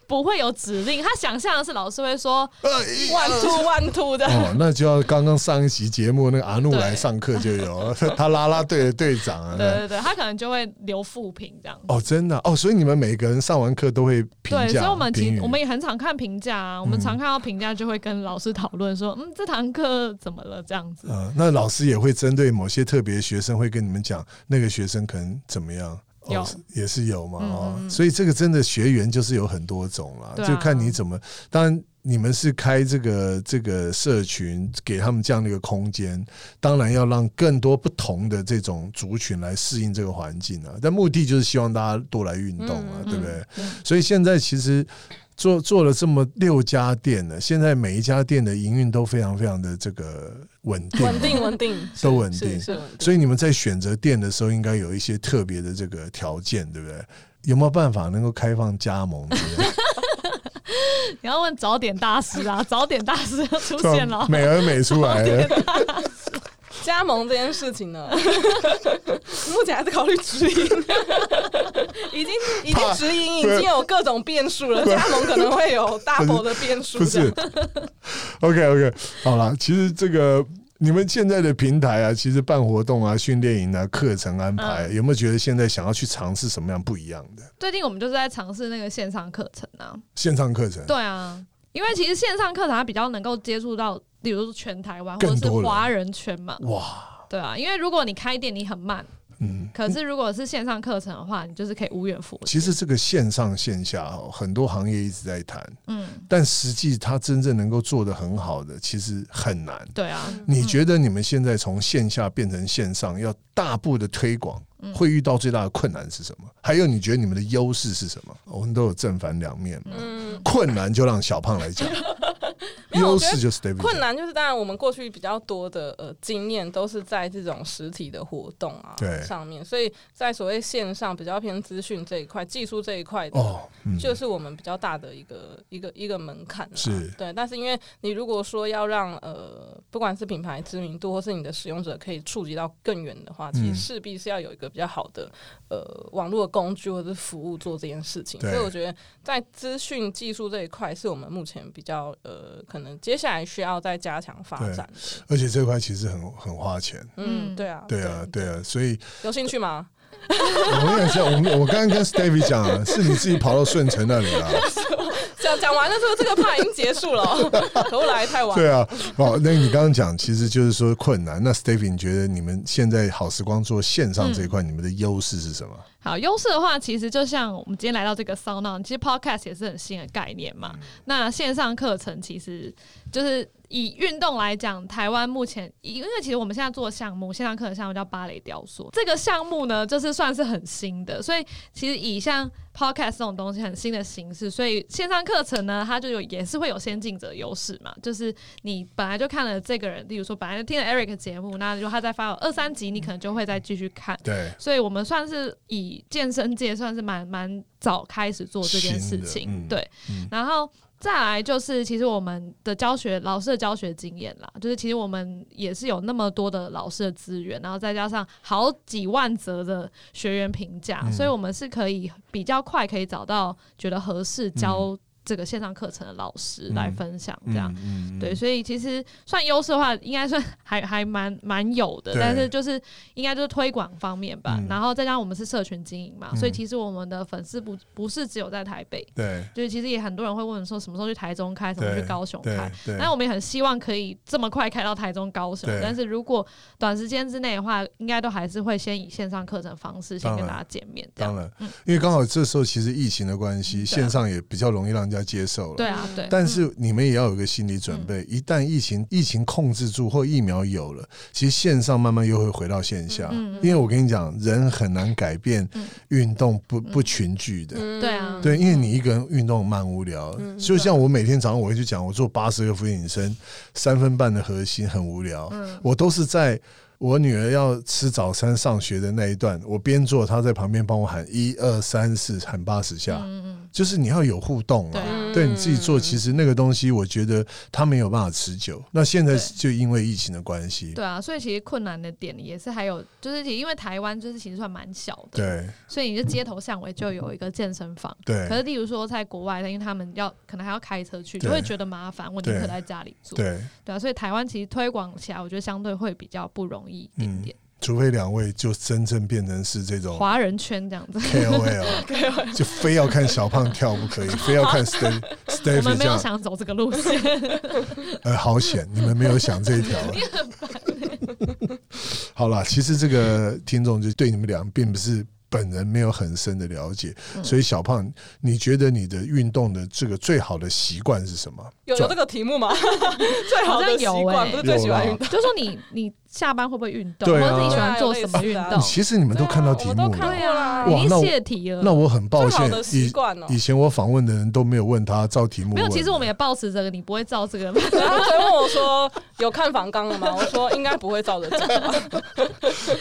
[SPEAKER 3] 不会有指令，他想象的是老师会说
[SPEAKER 2] 呃，一
[SPEAKER 4] one two one two 的，
[SPEAKER 2] 哦，那就要刚刚上一期节目那个阿怒来上课就有， 他他啦啦队的队长啊。
[SPEAKER 3] 对对对，他可能就会留负评这样。
[SPEAKER 2] 哦，真的啊哦，所以你们每个人上完课都会评价，
[SPEAKER 3] 对，所以我们
[SPEAKER 2] 评
[SPEAKER 3] 其
[SPEAKER 2] 语嗯
[SPEAKER 3] 我们也很常看评价啊，我们常看到评价就会跟老师讨论说，嗯，这堂课怎么了这样 子。
[SPEAKER 2] 嗯，那老师也会针对某些特别的学生，会跟你们讲那个学生可能怎么样。哦
[SPEAKER 3] 有嗯
[SPEAKER 2] 是也是有嘛哦，所以这个真的学员就是有很多种啦，
[SPEAKER 3] 对啊
[SPEAKER 2] 就看你怎么。当然，你们是开这个这个社群，给他们这样的一个空间，当然要让更多不同的这种族群来适应这个环境啊。但目的就是希望大家多来运动
[SPEAKER 3] 嗯
[SPEAKER 2] 啊，对不对？所以现在其实做做了这么六家店呢，现在每一家店的营运都非常非常的这个稳定，
[SPEAKER 4] 稳定稳定
[SPEAKER 2] 都稳
[SPEAKER 4] 是
[SPEAKER 2] 定。
[SPEAKER 4] 是稳定。
[SPEAKER 2] 所以你们在选择店的时候，应该有一些特别的这个条件，对不对？有没有办法能够开放加盟之类的？，
[SPEAKER 3] 你要问早点大师啊，早点大师要出现哦了
[SPEAKER 2] 美而美出来了，
[SPEAKER 4] 加盟这件事情呢， 目前还是考虑直营， 已经已经直营已经有各种变数了，加盟可能会有 double 的变数
[SPEAKER 2] 不
[SPEAKER 4] 这样。
[SPEAKER 2] 是？OK OK，好了，其实这个你们现在的平台啊，其实办活动啊、训练营啊、课程安排，有没有觉得现在想要去尝试什么样不一样的
[SPEAKER 3] 最近我们就是在尝试那个线上课程啊。
[SPEAKER 2] 线上课程？
[SPEAKER 3] 对啊，因为其实线上课堂它比较能够接触到，例如说全台湾或
[SPEAKER 2] 更
[SPEAKER 3] 者是
[SPEAKER 2] 多人
[SPEAKER 3] 华人圈嘛。
[SPEAKER 2] 哇，
[SPEAKER 3] 对啊，因为如果你开店你很慢，
[SPEAKER 2] 嗯，
[SPEAKER 3] 可是如果是线上课程的话，你就是可以无远弗
[SPEAKER 2] 其
[SPEAKER 3] 届。
[SPEAKER 2] 实这个线上线下哦，很多行业一直在谈，
[SPEAKER 3] 嗯，
[SPEAKER 2] 但实际它真正能够做得很好的，其实很难。
[SPEAKER 3] 对啊，
[SPEAKER 4] 嗯
[SPEAKER 2] 你觉得你们现在从线下变成线上，要大步的推广，
[SPEAKER 4] 嗯
[SPEAKER 2] 会遇到最大的困难是什么？还有，你觉得你们的优势是什么？我们都有正反两面嘛。
[SPEAKER 4] 嗯，
[SPEAKER 2] 困难就让小胖来讲，
[SPEAKER 4] 没有
[SPEAKER 2] 优
[SPEAKER 4] 我觉得
[SPEAKER 2] 势就是 David
[SPEAKER 4] 困难就是当然我们过去比较多的呃经验都是在这种实体的活动啊
[SPEAKER 2] 对
[SPEAKER 4] 上面，所以在所谓线上比较偏资讯这一块、技术这一块的
[SPEAKER 2] 哦，嗯，
[SPEAKER 4] 就是我们比较大的一个一个一个门槛、啊，
[SPEAKER 2] 是
[SPEAKER 4] 对。但是因为你如果说要让呃，不管是品牌知名度，或是你的使用者可以触及到更远的话，其
[SPEAKER 2] 嗯
[SPEAKER 4] 实势必是要有一个比较好的呃网络的工具或者是服务做这件事情。
[SPEAKER 2] 对
[SPEAKER 4] 所以我觉得在资讯技术这一块，是我们目前比较呃，可能接下来需要再加强发展的。
[SPEAKER 2] 而且这块其实很很花钱。
[SPEAKER 4] 嗯，
[SPEAKER 3] 嗯
[SPEAKER 4] 对啊，
[SPEAKER 2] 对啊，对啊，所以
[SPEAKER 4] 有兴趣吗？
[SPEAKER 2] 我跟你讲，我们我刚刚跟 Stevie 讲啊，是你自己跑到顺城那里了、啊
[SPEAKER 4] 讲讲完了之后，这个怕已经结束 了哦，可恶来太晚了。
[SPEAKER 2] 对啊，哦，那你刚刚讲，其实就是说困难。那 Stevie，你觉得你们现在好时光做线上这一
[SPEAKER 3] 嗯
[SPEAKER 2] 块，你们的优势是什么？
[SPEAKER 3] 好，优势的话，其实就像我们今天来到这个骚浪，其实 podcast 也是很新的概念嘛。那线上课程其实就是以运动来讲，台湾目前因为其实我们现在做的项目，线上课程项目叫芭蕾雕塑，这个项目呢，就是算是很新的，所以其实以像 podcast 这种东西很新的形式，所以线上课程呢，它就有也是会有先进者优势嘛，就是你本来就看了这个人，例如说本来就听了 Eric 的节目，那如果他再发有二三集，你可能就会再继续看。
[SPEAKER 2] 对，
[SPEAKER 3] 所以我们算是以健身界算是蛮蛮早开始做这件事情，
[SPEAKER 2] 新的嗯
[SPEAKER 3] 对，
[SPEAKER 2] 嗯
[SPEAKER 3] 然后。再来就是，其实我们的教学老师的教学经验啦，就是其实我们也是有那么多的老师的资源，然后再加上好几万则的学员评价，
[SPEAKER 2] 嗯
[SPEAKER 3] 所以我们是可以比较快可以找到觉得合适教这个线上课程的老师来
[SPEAKER 2] 嗯
[SPEAKER 3] 分享这
[SPEAKER 2] 嗯
[SPEAKER 3] 样。
[SPEAKER 2] 嗯
[SPEAKER 3] 对，所以其实算优势的话，应该算 还还蛮蛮有的，
[SPEAKER 2] 对
[SPEAKER 3] 但是就是应该就是推广方面吧。
[SPEAKER 2] 嗯
[SPEAKER 3] 然后再加上我们是社群经营嘛，所以
[SPEAKER 2] 嗯
[SPEAKER 3] 其实我们的粉丝不不是只有在台北，
[SPEAKER 2] 对
[SPEAKER 3] 就是其实也很多人会问说什么时候去台中开，什么时候
[SPEAKER 2] 对
[SPEAKER 3] 去高雄
[SPEAKER 2] 对
[SPEAKER 3] 开。
[SPEAKER 2] 对，
[SPEAKER 3] 那我们也很希望可以这么快开到台中、高雄
[SPEAKER 2] 对，
[SPEAKER 3] 但是如果短时间之内的话，应该都还是会先以线上课程方式先
[SPEAKER 2] 当
[SPEAKER 3] 跟
[SPEAKER 2] 然
[SPEAKER 3] 大家见面，这
[SPEAKER 2] 当
[SPEAKER 3] 样。嗯
[SPEAKER 2] 然，因为刚好这时候其实疫情的关系，线上也比较容易让人家接受了。
[SPEAKER 3] 啊对啊，对。
[SPEAKER 2] 但是你们也要有个心理准
[SPEAKER 3] 嗯
[SPEAKER 2] 备，一旦疫情疫情控制住或疫苗有了，其实线上慢慢又会回到线下。
[SPEAKER 3] 嗯嗯
[SPEAKER 2] 因为我跟你讲，人很难改变
[SPEAKER 3] 嗯
[SPEAKER 2] 运动不不群聚的。
[SPEAKER 4] 嗯
[SPEAKER 3] 对啊
[SPEAKER 2] 对，因为你一个人运动蛮无聊，
[SPEAKER 4] 嗯
[SPEAKER 2] 就像我每天早上我会去讲，我做八十个俯卧撑，三分半的核心很无聊，
[SPEAKER 3] 嗯
[SPEAKER 2] 我都是在。我女儿要吃早餐上学的那一段，我边做，她在旁边帮我喊一二三四，喊八十下，
[SPEAKER 3] 嗯嗯
[SPEAKER 2] 就是你要有互动
[SPEAKER 3] 对
[SPEAKER 2] 啊。
[SPEAKER 3] 啊
[SPEAKER 2] 对你自己做，其实那个东西，我觉得它没有办法持久。那现在
[SPEAKER 3] 对
[SPEAKER 2] 就因为疫情的关系，
[SPEAKER 3] 对啊，所以其实困难的点也是还有，就是其实因为台湾就是其实算蛮小的，
[SPEAKER 2] 对嗯
[SPEAKER 3] 所以你就街头巷尾就有一个健身房。可
[SPEAKER 2] 对
[SPEAKER 3] 是，例如说在国外，因为他们要可能还要开车去，
[SPEAKER 2] 对
[SPEAKER 3] 就会觉得麻烦，我宁可在家里做。
[SPEAKER 2] 对，
[SPEAKER 3] 对啊，所以台湾其实推广起来，我觉得相对会比较不容易一
[SPEAKER 2] 嗯
[SPEAKER 3] 点点。
[SPEAKER 2] 除非两位就真正变成是这 种
[SPEAKER 3] 华人圈这样子，
[SPEAKER 2] KOL，就非要看小胖跳不 可以，非要看 Steve
[SPEAKER 3] 我
[SPEAKER 2] Steve
[SPEAKER 3] 们
[SPEAKER 2] 哎这
[SPEAKER 3] 没有
[SPEAKER 2] 样，
[SPEAKER 3] 想走这个路线。
[SPEAKER 2] 呃，好险，你们没有想这一条。好啦，其实这个听众就对你们俩并不是。本人没有很深的了解，
[SPEAKER 3] 嗯
[SPEAKER 2] 所以小胖，你觉得你的运动的这个最好的习惯是什么？
[SPEAKER 4] 有有这个题 目吗？最好的习
[SPEAKER 3] 好像有
[SPEAKER 4] 惯、
[SPEAKER 3] 欸
[SPEAKER 4] 不是 最喜欢运 动。
[SPEAKER 3] 就说你你下班会不会运动，
[SPEAKER 2] 对啊
[SPEAKER 3] 或者你喜欢做什么运
[SPEAKER 4] 对啊
[SPEAKER 3] 动
[SPEAKER 4] 有类？
[SPEAKER 2] 嗯其实你们都看到题目
[SPEAKER 4] 对啊我都看
[SPEAKER 2] 了
[SPEAKER 4] 到。
[SPEAKER 3] 对
[SPEAKER 2] 哇
[SPEAKER 3] 啊，已
[SPEAKER 2] 那
[SPEAKER 3] 经
[SPEAKER 2] 我
[SPEAKER 3] 泄题了。
[SPEAKER 2] 那我很抱
[SPEAKER 4] 最好
[SPEAKER 2] 歉
[SPEAKER 4] 的，习
[SPEAKER 2] 以
[SPEAKER 4] 惯哦。
[SPEAKER 2] 以前我访问的人都没有问他照题目问。
[SPEAKER 3] 没有，其实我们也保持着你不会照这个。
[SPEAKER 4] 然后他问我说：“有看反纲了吗？”我说：“应该不会照着 讲吧。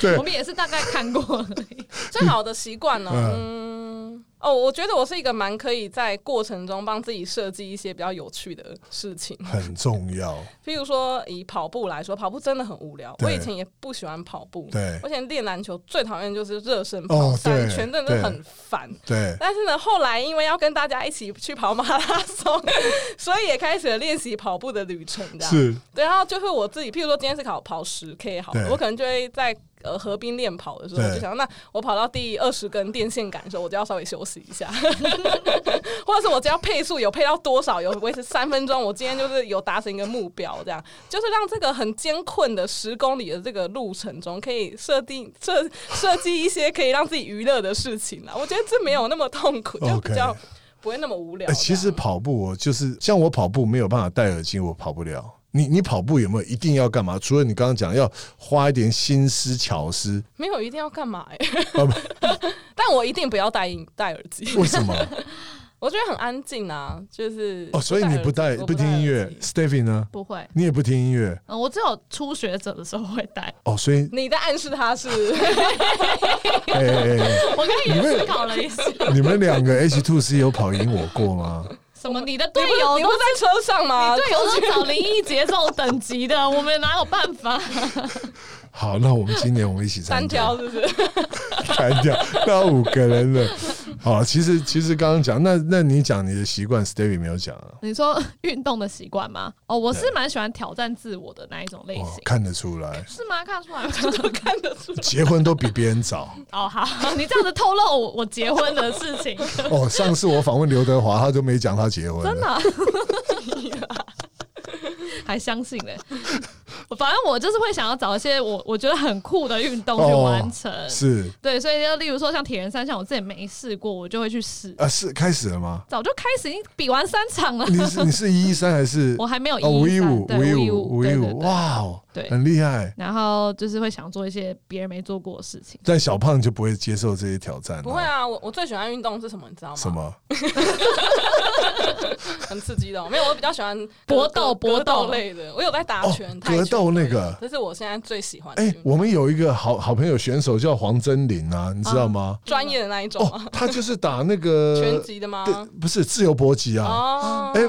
[SPEAKER 2] 对
[SPEAKER 3] 我们也是大概看过而已。”
[SPEAKER 4] 最好的习惯呢，
[SPEAKER 2] 嗯
[SPEAKER 4] 嗯，哦，我觉得我是一个蛮可以在过程中帮自己设计一些比较有趣的事情。
[SPEAKER 2] 很重 要。
[SPEAKER 4] 譬如说，以跑步来说，跑步真的很无聊。
[SPEAKER 2] 对
[SPEAKER 4] 我以前也不喜欢跑步，
[SPEAKER 2] 对
[SPEAKER 4] 我以前练篮球最讨厌就是热身跑、
[SPEAKER 2] 哦
[SPEAKER 4] 三
[SPEAKER 2] 对
[SPEAKER 4] 圈，真的很烦。
[SPEAKER 2] 对，
[SPEAKER 4] 但是呢，后来因为要跟大家一起去跑马拉松， 所以也开始了练习跑步的旅程。这样
[SPEAKER 2] 是
[SPEAKER 4] 对，啊然后就是我自己，譬如说今天是考跑十 K 好了
[SPEAKER 2] 对
[SPEAKER 4] 我可能就会在呃河滨练跑的时候，
[SPEAKER 2] 对
[SPEAKER 4] 我就想，那我跑到第二十根电线杆的时候，我就要稍微休息一下， 或者是我只要配速有配到多少，有维持三分钟，我今天就是有达成一个目标，这样就是让这个很艰困的十公里的这个路程中，可以设定设设计一些可以让自己娱乐的事情啦。我觉得这没有那么痛苦，就
[SPEAKER 2] OK
[SPEAKER 4] 比较不会那么无聊
[SPEAKER 2] 哎、
[SPEAKER 4] 这样。
[SPEAKER 2] 其实跑步我就是像我跑步没有办法戴耳机，我跑不了。你你跑步有没有一定要干嘛？除了你刚刚讲要花一点心思巧 思，
[SPEAKER 4] 没有一定要干嘛、欸，
[SPEAKER 2] 啊不
[SPEAKER 4] 但我一定不要戴音戴耳机。
[SPEAKER 2] 为什么？
[SPEAKER 4] 我觉得很安静啊，就是
[SPEAKER 2] 哦，所以你不戴
[SPEAKER 4] 耳机
[SPEAKER 2] 不听音乐
[SPEAKER 4] 我不戴耳机
[SPEAKER 2] ，Stevie 呢？
[SPEAKER 3] 不会，
[SPEAKER 2] 你也不听音乐
[SPEAKER 3] 嗯，我只有初学者的时候会戴。
[SPEAKER 2] 哦，所 以
[SPEAKER 4] 你在暗示他是
[SPEAKER 2] 哎哎哎，
[SPEAKER 3] 我刚
[SPEAKER 2] 你
[SPEAKER 3] 刚也
[SPEAKER 2] 会
[SPEAKER 3] 思考了一下，
[SPEAKER 2] 你们两个 H two C 有跑赢我过吗？
[SPEAKER 3] 什么你的队
[SPEAKER 4] 你不
[SPEAKER 3] 友
[SPEAKER 4] 你
[SPEAKER 3] 都
[SPEAKER 4] 不在车上吗？
[SPEAKER 3] 队友都 找林毅杰这种等级的，我们哪有办法？
[SPEAKER 2] 好，那我们今年我们一起参
[SPEAKER 4] 三
[SPEAKER 2] 加
[SPEAKER 4] 焦是不是？
[SPEAKER 2] 砍掉，那五个人了。好，其实其实刚刚讲，那那你讲你的习惯，Stevie 没有讲啊。
[SPEAKER 3] 你说运动的习惯吗？哦，我是
[SPEAKER 2] 对
[SPEAKER 3] 蛮喜欢挑战自我的那一种类
[SPEAKER 2] 哇
[SPEAKER 3] 型，。
[SPEAKER 2] 哦看得出来，
[SPEAKER 3] 是吗？看得出来吗？
[SPEAKER 4] 都看得出来。
[SPEAKER 2] 结婚都比别人早。
[SPEAKER 3] 哦，好，你这样子透露我我结婚的事情，
[SPEAKER 2] 哦，上次我访问刘德华，他都没讲他结婚了，
[SPEAKER 3] 真的啊、 还相信嘞、 反正我就是会想要找一些我我觉得很酷的运动去
[SPEAKER 2] 哦
[SPEAKER 3] 完成。
[SPEAKER 2] 是
[SPEAKER 3] 对，所以就例如说像铁人三项，我自己没试过，我就会去试。
[SPEAKER 2] 啊，是开始了吗？
[SPEAKER 3] 早就开始已经比完三场了，
[SPEAKER 2] 你是你是一一三还是
[SPEAKER 3] 我还没有
[SPEAKER 2] 哦五一
[SPEAKER 3] 113
[SPEAKER 2] 五
[SPEAKER 3] 对
[SPEAKER 2] 五一
[SPEAKER 3] 515
[SPEAKER 2] 五五一
[SPEAKER 3] 对对
[SPEAKER 2] 五？
[SPEAKER 3] 对
[SPEAKER 2] 哇哦，
[SPEAKER 3] 对
[SPEAKER 2] 很厉害。
[SPEAKER 3] 然后就是会想做一些别人没做过的事情。
[SPEAKER 2] 但小胖就不会接受这些挑战，
[SPEAKER 4] 不会。啊，我我最喜欢运动是什么？你知道吗？
[SPEAKER 2] 什？么？
[SPEAKER 4] 很刺激的哦、没有，我比较喜欢格
[SPEAKER 3] 搏斗
[SPEAKER 4] 格
[SPEAKER 3] 搏斗
[SPEAKER 4] 类的。我有在打
[SPEAKER 2] 哦
[SPEAKER 4] 拳、，泰
[SPEAKER 2] 格
[SPEAKER 4] 拳
[SPEAKER 2] 斗那个。
[SPEAKER 4] 这是我现在最喜欢的
[SPEAKER 2] 哎
[SPEAKER 4] 运，动
[SPEAKER 2] 我们有一个好好朋友选手叫黄真林
[SPEAKER 4] 哦
[SPEAKER 2] 啊，你知道吗？
[SPEAKER 4] 专业的那一种啊，
[SPEAKER 2] 哦，他就是打那个
[SPEAKER 4] 拳击的吗？
[SPEAKER 2] 对，不是自由搏击啊。
[SPEAKER 4] 哦，
[SPEAKER 2] 哎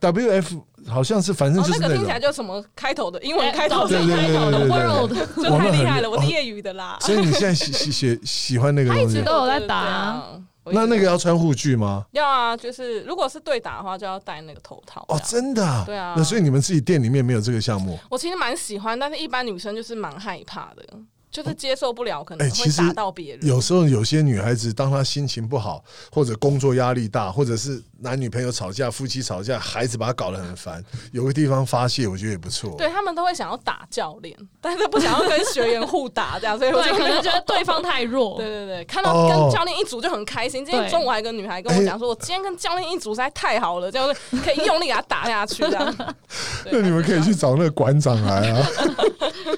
[SPEAKER 2] ，W F 好像是，反正
[SPEAKER 4] 哦
[SPEAKER 2] 就，是
[SPEAKER 4] 那个
[SPEAKER 2] 那
[SPEAKER 4] 听
[SPEAKER 2] 种
[SPEAKER 4] 起来。就什么开头的英文开头
[SPEAKER 2] 对
[SPEAKER 4] 的，
[SPEAKER 2] 对对对对对 对
[SPEAKER 3] ，World，
[SPEAKER 4] 这太
[SPEAKER 2] 那
[SPEAKER 4] 厉
[SPEAKER 2] 很
[SPEAKER 4] 害了，我是
[SPEAKER 2] 哦
[SPEAKER 4] 业余的啦。
[SPEAKER 2] 所以你现在喜喜喜喜欢那个东
[SPEAKER 3] 一
[SPEAKER 2] 西
[SPEAKER 3] 直？都有在
[SPEAKER 4] 对
[SPEAKER 3] 打
[SPEAKER 4] 对
[SPEAKER 3] 啊。
[SPEAKER 4] 啊我一
[SPEAKER 2] 那
[SPEAKER 4] 直
[SPEAKER 2] 那个要穿护具吗？
[SPEAKER 4] 要啊，就是如果是对打的话，就要戴那个头套。
[SPEAKER 2] 哦，
[SPEAKER 4] 这样
[SPEAKER 2] 真的、啊？
[SPEAKER 4] 对啊
[SPEAKER 2] 那所以你们自己店里面没有这个项目？
[SPEAKER 4] 我其实蛮喜欢，但是一般女生就是蛮害怕的，就是接受不了，可
[SPEAKER 2] 哎
[SPEAKER 4] 能
[SPEAKER 2] 其
[SPEAKER 4] 会
[SPEAKER 2] 实
[SPEAKER 4] 打到别人。
[SPEAKER 2] 有时候有些女孩子，当她心情不好，或者工作压力大，或者是男女朋友吵架、夫妻吵架，孩子把她搞得很烦，有个地方发泄，我觉得也不错。
[SPEAKER 4] 对他们都会想要打教练，但是不想要跟学员互打这样，所以我
[SPEAKER 3] 对，
[SPEAKER 4] 就
[SPEAKER 3] 可能 觉得对方太弱
[SPEAKER 4] 对。对对，看到
[SPEAKER 2] 哦
[SPEAKER 4] 跟教练一组就很开心。今天
[SPEAKER 3] 对
[SPEAKER 4] 中午还有个女孩跟我讲说，我今天跟教练一组实在太好了，这样就是可以用力给他打下去这样。
[SPEAKER 2] 那
[SPEAKER 4] 对
[SPEAKER 2] 你们可以去找那个馆长来啊。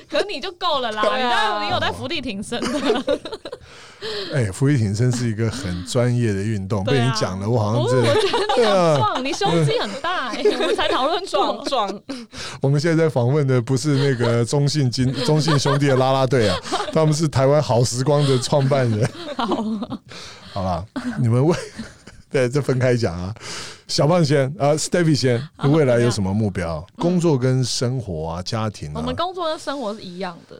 [SPEAKER 3] 可是你就够了啦，
[SPEAKER 4] 对
[SPEAKER 3] 你
[SPEAKER 4] 啊
[SPEAKER 3] 那你有在伏地挺身的，
[SPEAKER 2] 哎，伏地挺身是一个很专业的运动，
[SPEAKER 3] 对
[SPEAKER 2] 被
[SPEAKER 3] 啊
[SPEAKER 2] 你讲了，我好像
[SPEAKER 3] 哦
[SPEAKER 2] 真的
[SPEAKER 3] 我
[SPEAKER 2] 对啊。
[SPEAKER 3] 壮，你胸肌很大 哎，我们才讨论
[SPEAKER 4] 壮
[SPEAKER 3] 过。
[SPEAKER 4] 壮，
[SPEAKER 2] 我们现在在访问的不是那个中信金 中信兄弟的啦啦 队啊，他们是台湾好时光的创办人。 好，好啦，你们未 对这分开讲啊。小胖先啊、s t e v i e 先，
[SPEAKER 3] 好
[SPEAKER 2] 你未来有什么目标？工作跟生活啊，家庭啊，
[SPEAKER 3] 嗯我们工作跟生活是一样的，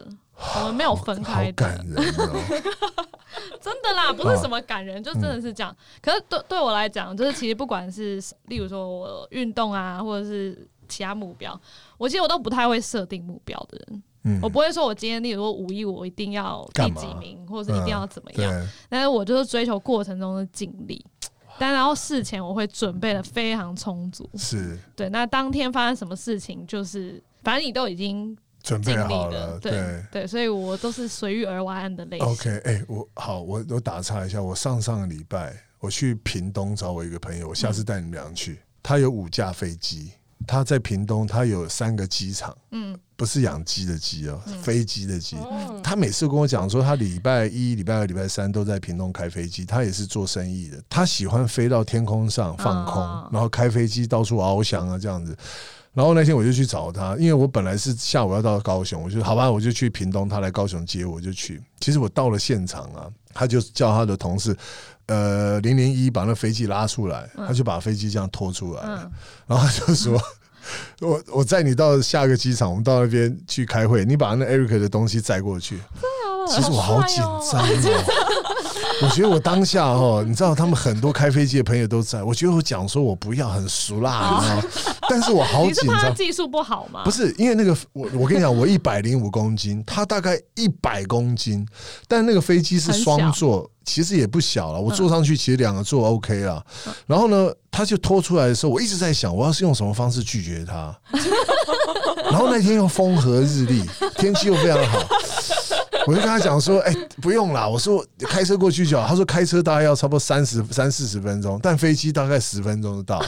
[SPEAKER 3] 我们没有分
[SPEAKER 2] 好
[SPEAKER 3] 开的
[SPEAKER 2] 感。人哦。
[SPEAKER 3] 真的
[SPEAKER 2] 啊
[SPEAKER 3] 啦，不是什么感人，就真的是这样。可是对对我来讲，就是其实不管是例如说我运动啊，或者是其他目标，我其实我都不太会设定目标的人。
[SPEAKER 2] 嗯
[SPEAKER 3] 我不会说我今天例如说五一我一定要第
[SPEAKER 2] 干嘛嗯
[SPEAKER 3] 几名，或者是一定要怎么样。
[SPEAKER 2] 对，
[SPEAKER 3] 但是我就是追求过程中的尽力。但然后事前我会准备的非常充足，
[SPEAKER 2] 是
[SPEAKER 3] 对。那当天发生什么事情，就是反正你都已经
[SPEAKER 2] 准备
[SPEAKER 3] 尽力
[SPEAKER 2] 好
[SPEAKER 3] 了，
[SPEAKER 2] 对。
[SPEAKER 3] 对对，所以我都是随遇而安的类型。
[SPEAKER 2] OK，哎、我好，我我打岔一下，我上上个礼拜我去屏东找我一个朋友，我下次带你们俩去。他有五架飞机，他在屏东，他有三个机场，
[SPEAKER 3] 嗯，
[SPEAKER 2] 不是养鸡的鸡哦，飞机的鸡。
[SPEAKER 3] 哦
[SPEAKER 4] 嗯
[SPEAKER 2] 他每次跟我讲说，他礼拜一、礼拜二、礼拜三都在屏东开飞机，他也是做生意的。他喜欢飞到天空上放空，
[SPEAKER 3] 哦
[SPEAKER 2] 然后开飞机到处翱翔啊这样子。然后那天我就去找他，因为我本来是下午要到高雄，我就好吧，我就去屏东，他来高雄接我，我就去。其实我到了现场啊，他就叫他的同事，呃零零一把那飞机拉出来，
[SPEAKER 3] 嗯
[SPEAKER 2] 他就把飞机这样拖出来，
[SPEAKER 3] 嗯，
[SPEAKER 2] 然后他就说。我我载你到下个机场，我们到那边去开会。你把那 Eric 的东西载过去。
[SPEAKER 3] 啊
[SPEAKER 2] 其实我好紧 张、哦，我觉得我当下哦，你知道他们很多开飞机的朋友都在，我觉得我讲说我不要很俗辣，你知道吗，但哦是我好
[SPEAKER 3] 你是
[SPEAKER 2] 紧
[SPEAKER 3] 怕他
[SPEAKER 2] 张。
[SPEAKER 3] 技术不好吗？
[SPEAKER 2] 不，是因为那个，我我跟你讲，我一百零五公斤，他大概一百公斤，但那个飞机是双座，其实也不小了。我坐上去其实两个座 OK 了。然后呢，他就拖出来的时候，我一直在想，我要是用什么方式拒绝他。 然后那天又风和日丽，天气又非常好。我就跟他讲说，哎、不用啦，我说开车过去就好。他说开车大概要差不多三十三四十分钟，但飞机大概十分钟就到了。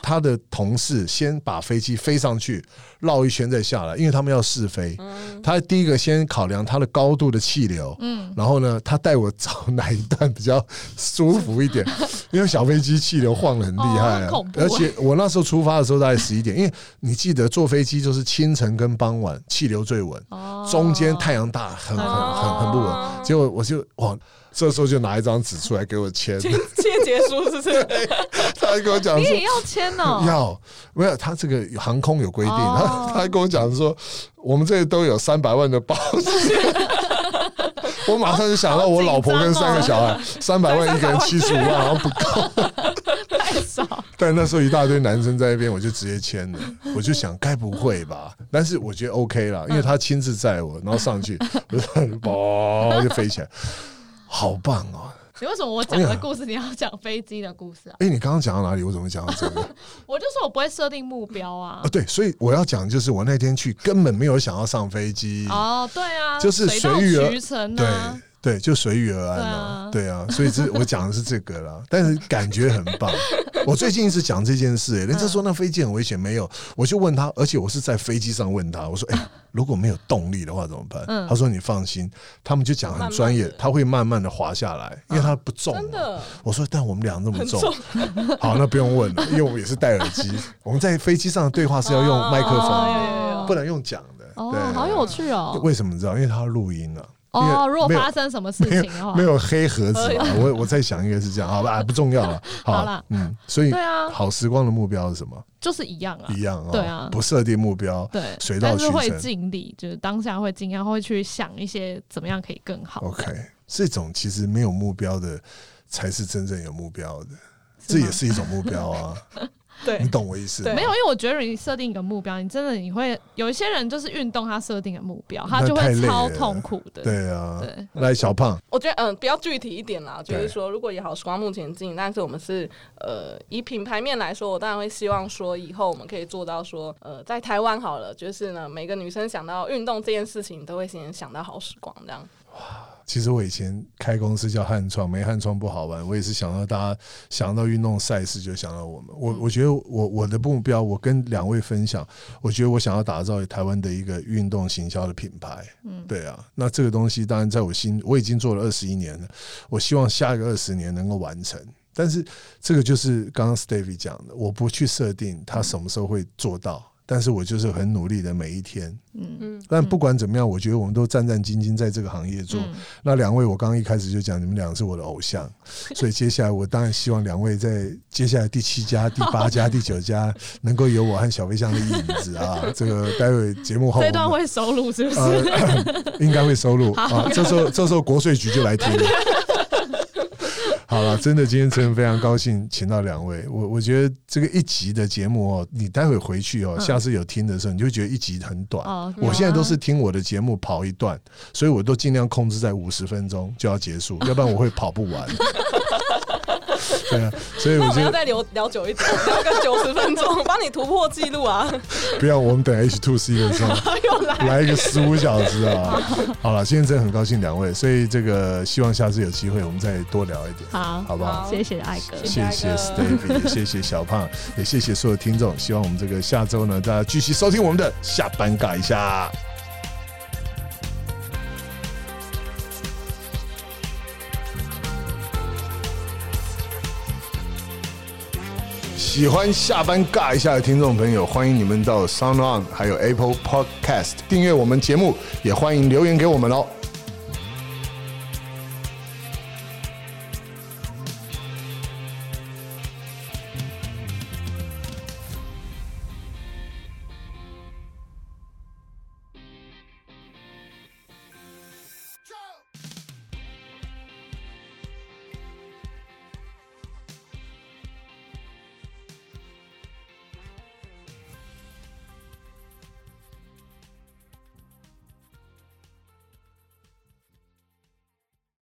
[SPEAKER 2] 他的同事先把飞机飞上去，绕一圈再下来，因为他们要试飞。
[SPEAKER 3] 嗯
[SPEAKER 2] 他第一个先考量它的高度的气流，嗯，然后呢，他带我找哪一段比较舒服一点，因为小飞机气流晃得很厉害、啊
[SPEAKER 3] 哦很恐怖
[SPEAKER 2] 而且我那时候出发的时候大概十一点，因为你记得坐飞机就是清晨跟傍晚气流最稳，
[SPEAKER 3] 哦
[SPEAKER 2] 中间太阳大，很很很很不稳。结果我就哇，这时候就拿一张纸出来给我签，
[SPEAKER 4] 切结束是不是？
[SPEAKER 2] 哎他还跟我讲
[SPEAKER 3] 你
[SPEAKER 2] 说。
[SPEAKER 3] 也要签 哦
[SPEAKER 2] 要没有？他这个航空有规定，
[SPEAKER 3] 哦
[SPEAKER 2] 他他还跟我讲说，我们这里都有三百万的保险。我马上就想到我老婆跟三个小孩，三百万一个人七十五万，好像不够。
[SPEAKER 3] 太少，
[SPEAKER 2] 但那时候一大堆男生在那边，我就直接签了。我就想，该不会吧？但是我觉得 OK 啦，因为他亲自载我，然后上去， 我就啵就飞起来，好棒哦！
[SPEAKER 3] 你为什么我讲的故事你要讲飞机的故事啊？
[SPEAKER 2] 哎，你刚刚讲到哪里？我怎么讲到这个？
[SPEAKER 3] 我就说我不会设定目标啊
[SPEAKER 2] 啊，。对，所以我要讲就是我那天去根本没有想要上飞机，
[SPEAKER 3] 哦，对啊，
[SPEAKER 2] 就是
[SPEAKER 3] 水到
[SPEAKER 2] 随遇而
[SPEAKER 3] 渠成
[SPEAKER 2] 对
[SPEAKER 3] 啊。
[SPEAKER 2] 对，就随遇而安啊，对啊，所以这我讲的是这个啦，但是感觉很棒。我最近一次讲这件事、欸，人家说那飞机很危险，没有，我就问他，而且我是在飞机上问他，我说，哎、如果没有动力的话怎么办？
[SPEAKER 3] 嗯
[SPEAKER 2] 他说你放心，他们就讲很
[SPEAKER 4] 慢慢
[SPEAKER 2] 专业
[SPEAKER 4] 地，
[SPEAKER 2] 他会慢慢的滑下来，因为它不重、
[SPEAKER 4] 真。的，
[SPEAKER 2] 我说，但我们俩那么
[SPEAKER 4] 很
[SPEAKER 2] 重，
[SPEAKER 4] 重
[SPEAKER 2] 好，那不用问了，因为我们也是戴耳机，我们在飞机上的对话是要用麦克风
[SPEAKER 4] 哦
[SPEAKER 2] 的，
[SPEAKER 4] 有有有有
[SPEAKER 2] 不能用讲的。
[SPEAKER 3] 哦
[SPEAKER 2] 对，
[SPEAKER 3] 好有趣哦。
[SPEAKER 2] 为什么你知道？因为他要录音啊。因为
[SPEAKER 3] 哦，如果
[SPEAKER 2] 没有
[SPEAKER 3] 发生什么事情的话，
[SPEAKER 2] 没有黑盒子
[SPEAKER 4] 哎
[SPEAKER 2] 吧？我我在想应该是这样，好吧，不重要了。
[SPEAKER 3] 哦 好
[SPEAKER 2] 好
[SPEAKER 3] 啦
[SPEAKER 2] 嗯，所以
[SPEAKER 3] 对啊，
[SPEAKER 2] 好时光的目标是什么？
[SPEAKER 3] 就是一样啊，
[SPEAKER 2] 一样啊，
[SPEAKER 3] 对啊
[SPEAKER 2] 不设定目标。
[SPEAKER 3] 对，
[SPEAKER 2] 水到
[SPEAKER 3] 但
[SPEAKER 2] 渠
[SPEAKER 3] 是
[SPEAKER 2] 成
[SPEAKER 3] 会尽力，就是当下会尽量会去想一些怎么样可以更好。
[SPEAKER 2] OK，这种其实没有目标的才是真正有目标的，
[SPEAKER 3] 是吗
[SPEAKER 2] 这也是一种目标 啊，
[SPEAKER 4] 对
[SPEAKER 2] 你，懂我意思吗？
[SPEAKER 4] 对
[SPEAKER 3] 没有，因为我觉得你设定一个目标，你真的你会有一些人就是运动，他设定的目标，他
[SPEAKER 2] 那
[SPEAKER 3] 就
[SPEAKER 2] 太
[SPEAKER 3] 会
[SPEAKER 2] 累
[SPEAKER 3] 超
[SPEAKER 2] 了
[SPEAKER 3] 痛苦的。
[SPEAKER 2] 对啊
[SPEAKER 3] 对，
[SPEAKER 2] 来小胖，
[SPEAKER 4] 我觉得嗯、比较具体一点啦，就
[SPEAKER 2] 对
[SPEAKER 4] 是说，如果也好时光目前经营，但是我们是呃以品牌面来说，我当然会希望说以后我们可以做到说，呃，在台湾好了，就是呢，每个女生想到运动这件事情，都会先想到好时光这样。
[SPEAKER 2] 其实我以前开公司叫汉创，没汉创不好玩。我也是想到大家想到运动赛事，就想到我们。我我觉得我我的目标，我跟两位分享，我觉得我想要打造台湾的一个运动行销的品牌。嗯，对啊，那这个东西当然在我心，我已经做了二十一年了，我希望下一个二十年能够完成。但是这个就是刚刚 Stevie 讲的，我不去设定他什么时候会做到，但是我就是很努力的每一天。
[SPEAKER 3] 嗯
[SPEAKER 4] 嗯，
[SPEAKER 2] 但不管怎么样，我觉得我们都战战兢兢在这个行业做。
[SPEAKER 3] 嗯，
[SPEAKER 2] 那两位，我刚刚一开始就讲，你们俩是我的偶 像，所以接下来我当然希望两位在接下来第七家、第八家、第九家能够有我和小飞象的影子 啊。这个待会节目后
[SPEAKER 3] 这段
[SPEAKER 2] 我们
[SPEAKER 3] 会收录是不是？
[SPEAKER 2] 呃 应该会收录啊。这时候这时候国税局就来听 了。好了，真的，今天真的非常高兴，请到两位。我我觉得这个一集的节目哦，你待会回去哦，
[SPEAKER 3] 嗯
[SPEAKER 2] 下次有听的时候，你就会觉得一集很短。
[SPEAKER 3] 哦，
[SPEAKER 2] 我
[SPEAKER 3] 有
[SPEAKER 2] 现在
[SPEAKER 3] 啊
[SPEAKER 2] 都是听我的节目跑一段，所以我都尽量控制在五十分钟就要结束，要不然我会跑不完。对啊，所以
[SPEAKER 4] 那
[SPEAKER 2] 我
[SPEAKER 4] 我们
[SPEAKER 2] 觉
[SPEAKER 4] 要
[SPEAKER 2] 得
[SPEAKER 4] 再聊聊久一点，聊个九十分钟，帮你突破记录啊！
[SPEAKER 2] 不要，我们等 H two C 的时候
[SPEAKER 4] 又来。
[SPEAKER 2] 来一个十五小时啊。好了，今天真的很高兴两位，所以这个希望下次有机会我们再多聊一点，
[SPEAKER 3] 好，
[SPEAKER 2] 好不好？
[SPEAKER 4] 好
[SPEAKER 3] 谢谢艾哥，
[SPEAKER 4] 谢
[SPEAKER 2] 谢谢
[SPEAKER 4] 大哥
[SPEAKER 2] Stevie，也谢谢小胖，也谢谢所有听众。希望我们这个下周呢，大家继续收听我们的下班尬一下。喜欢下班尬一下的听众朋友，欢迎你们到 Sound On 还有 Apple Podcast 订阅我们节目，也欢迎留言给我们哦。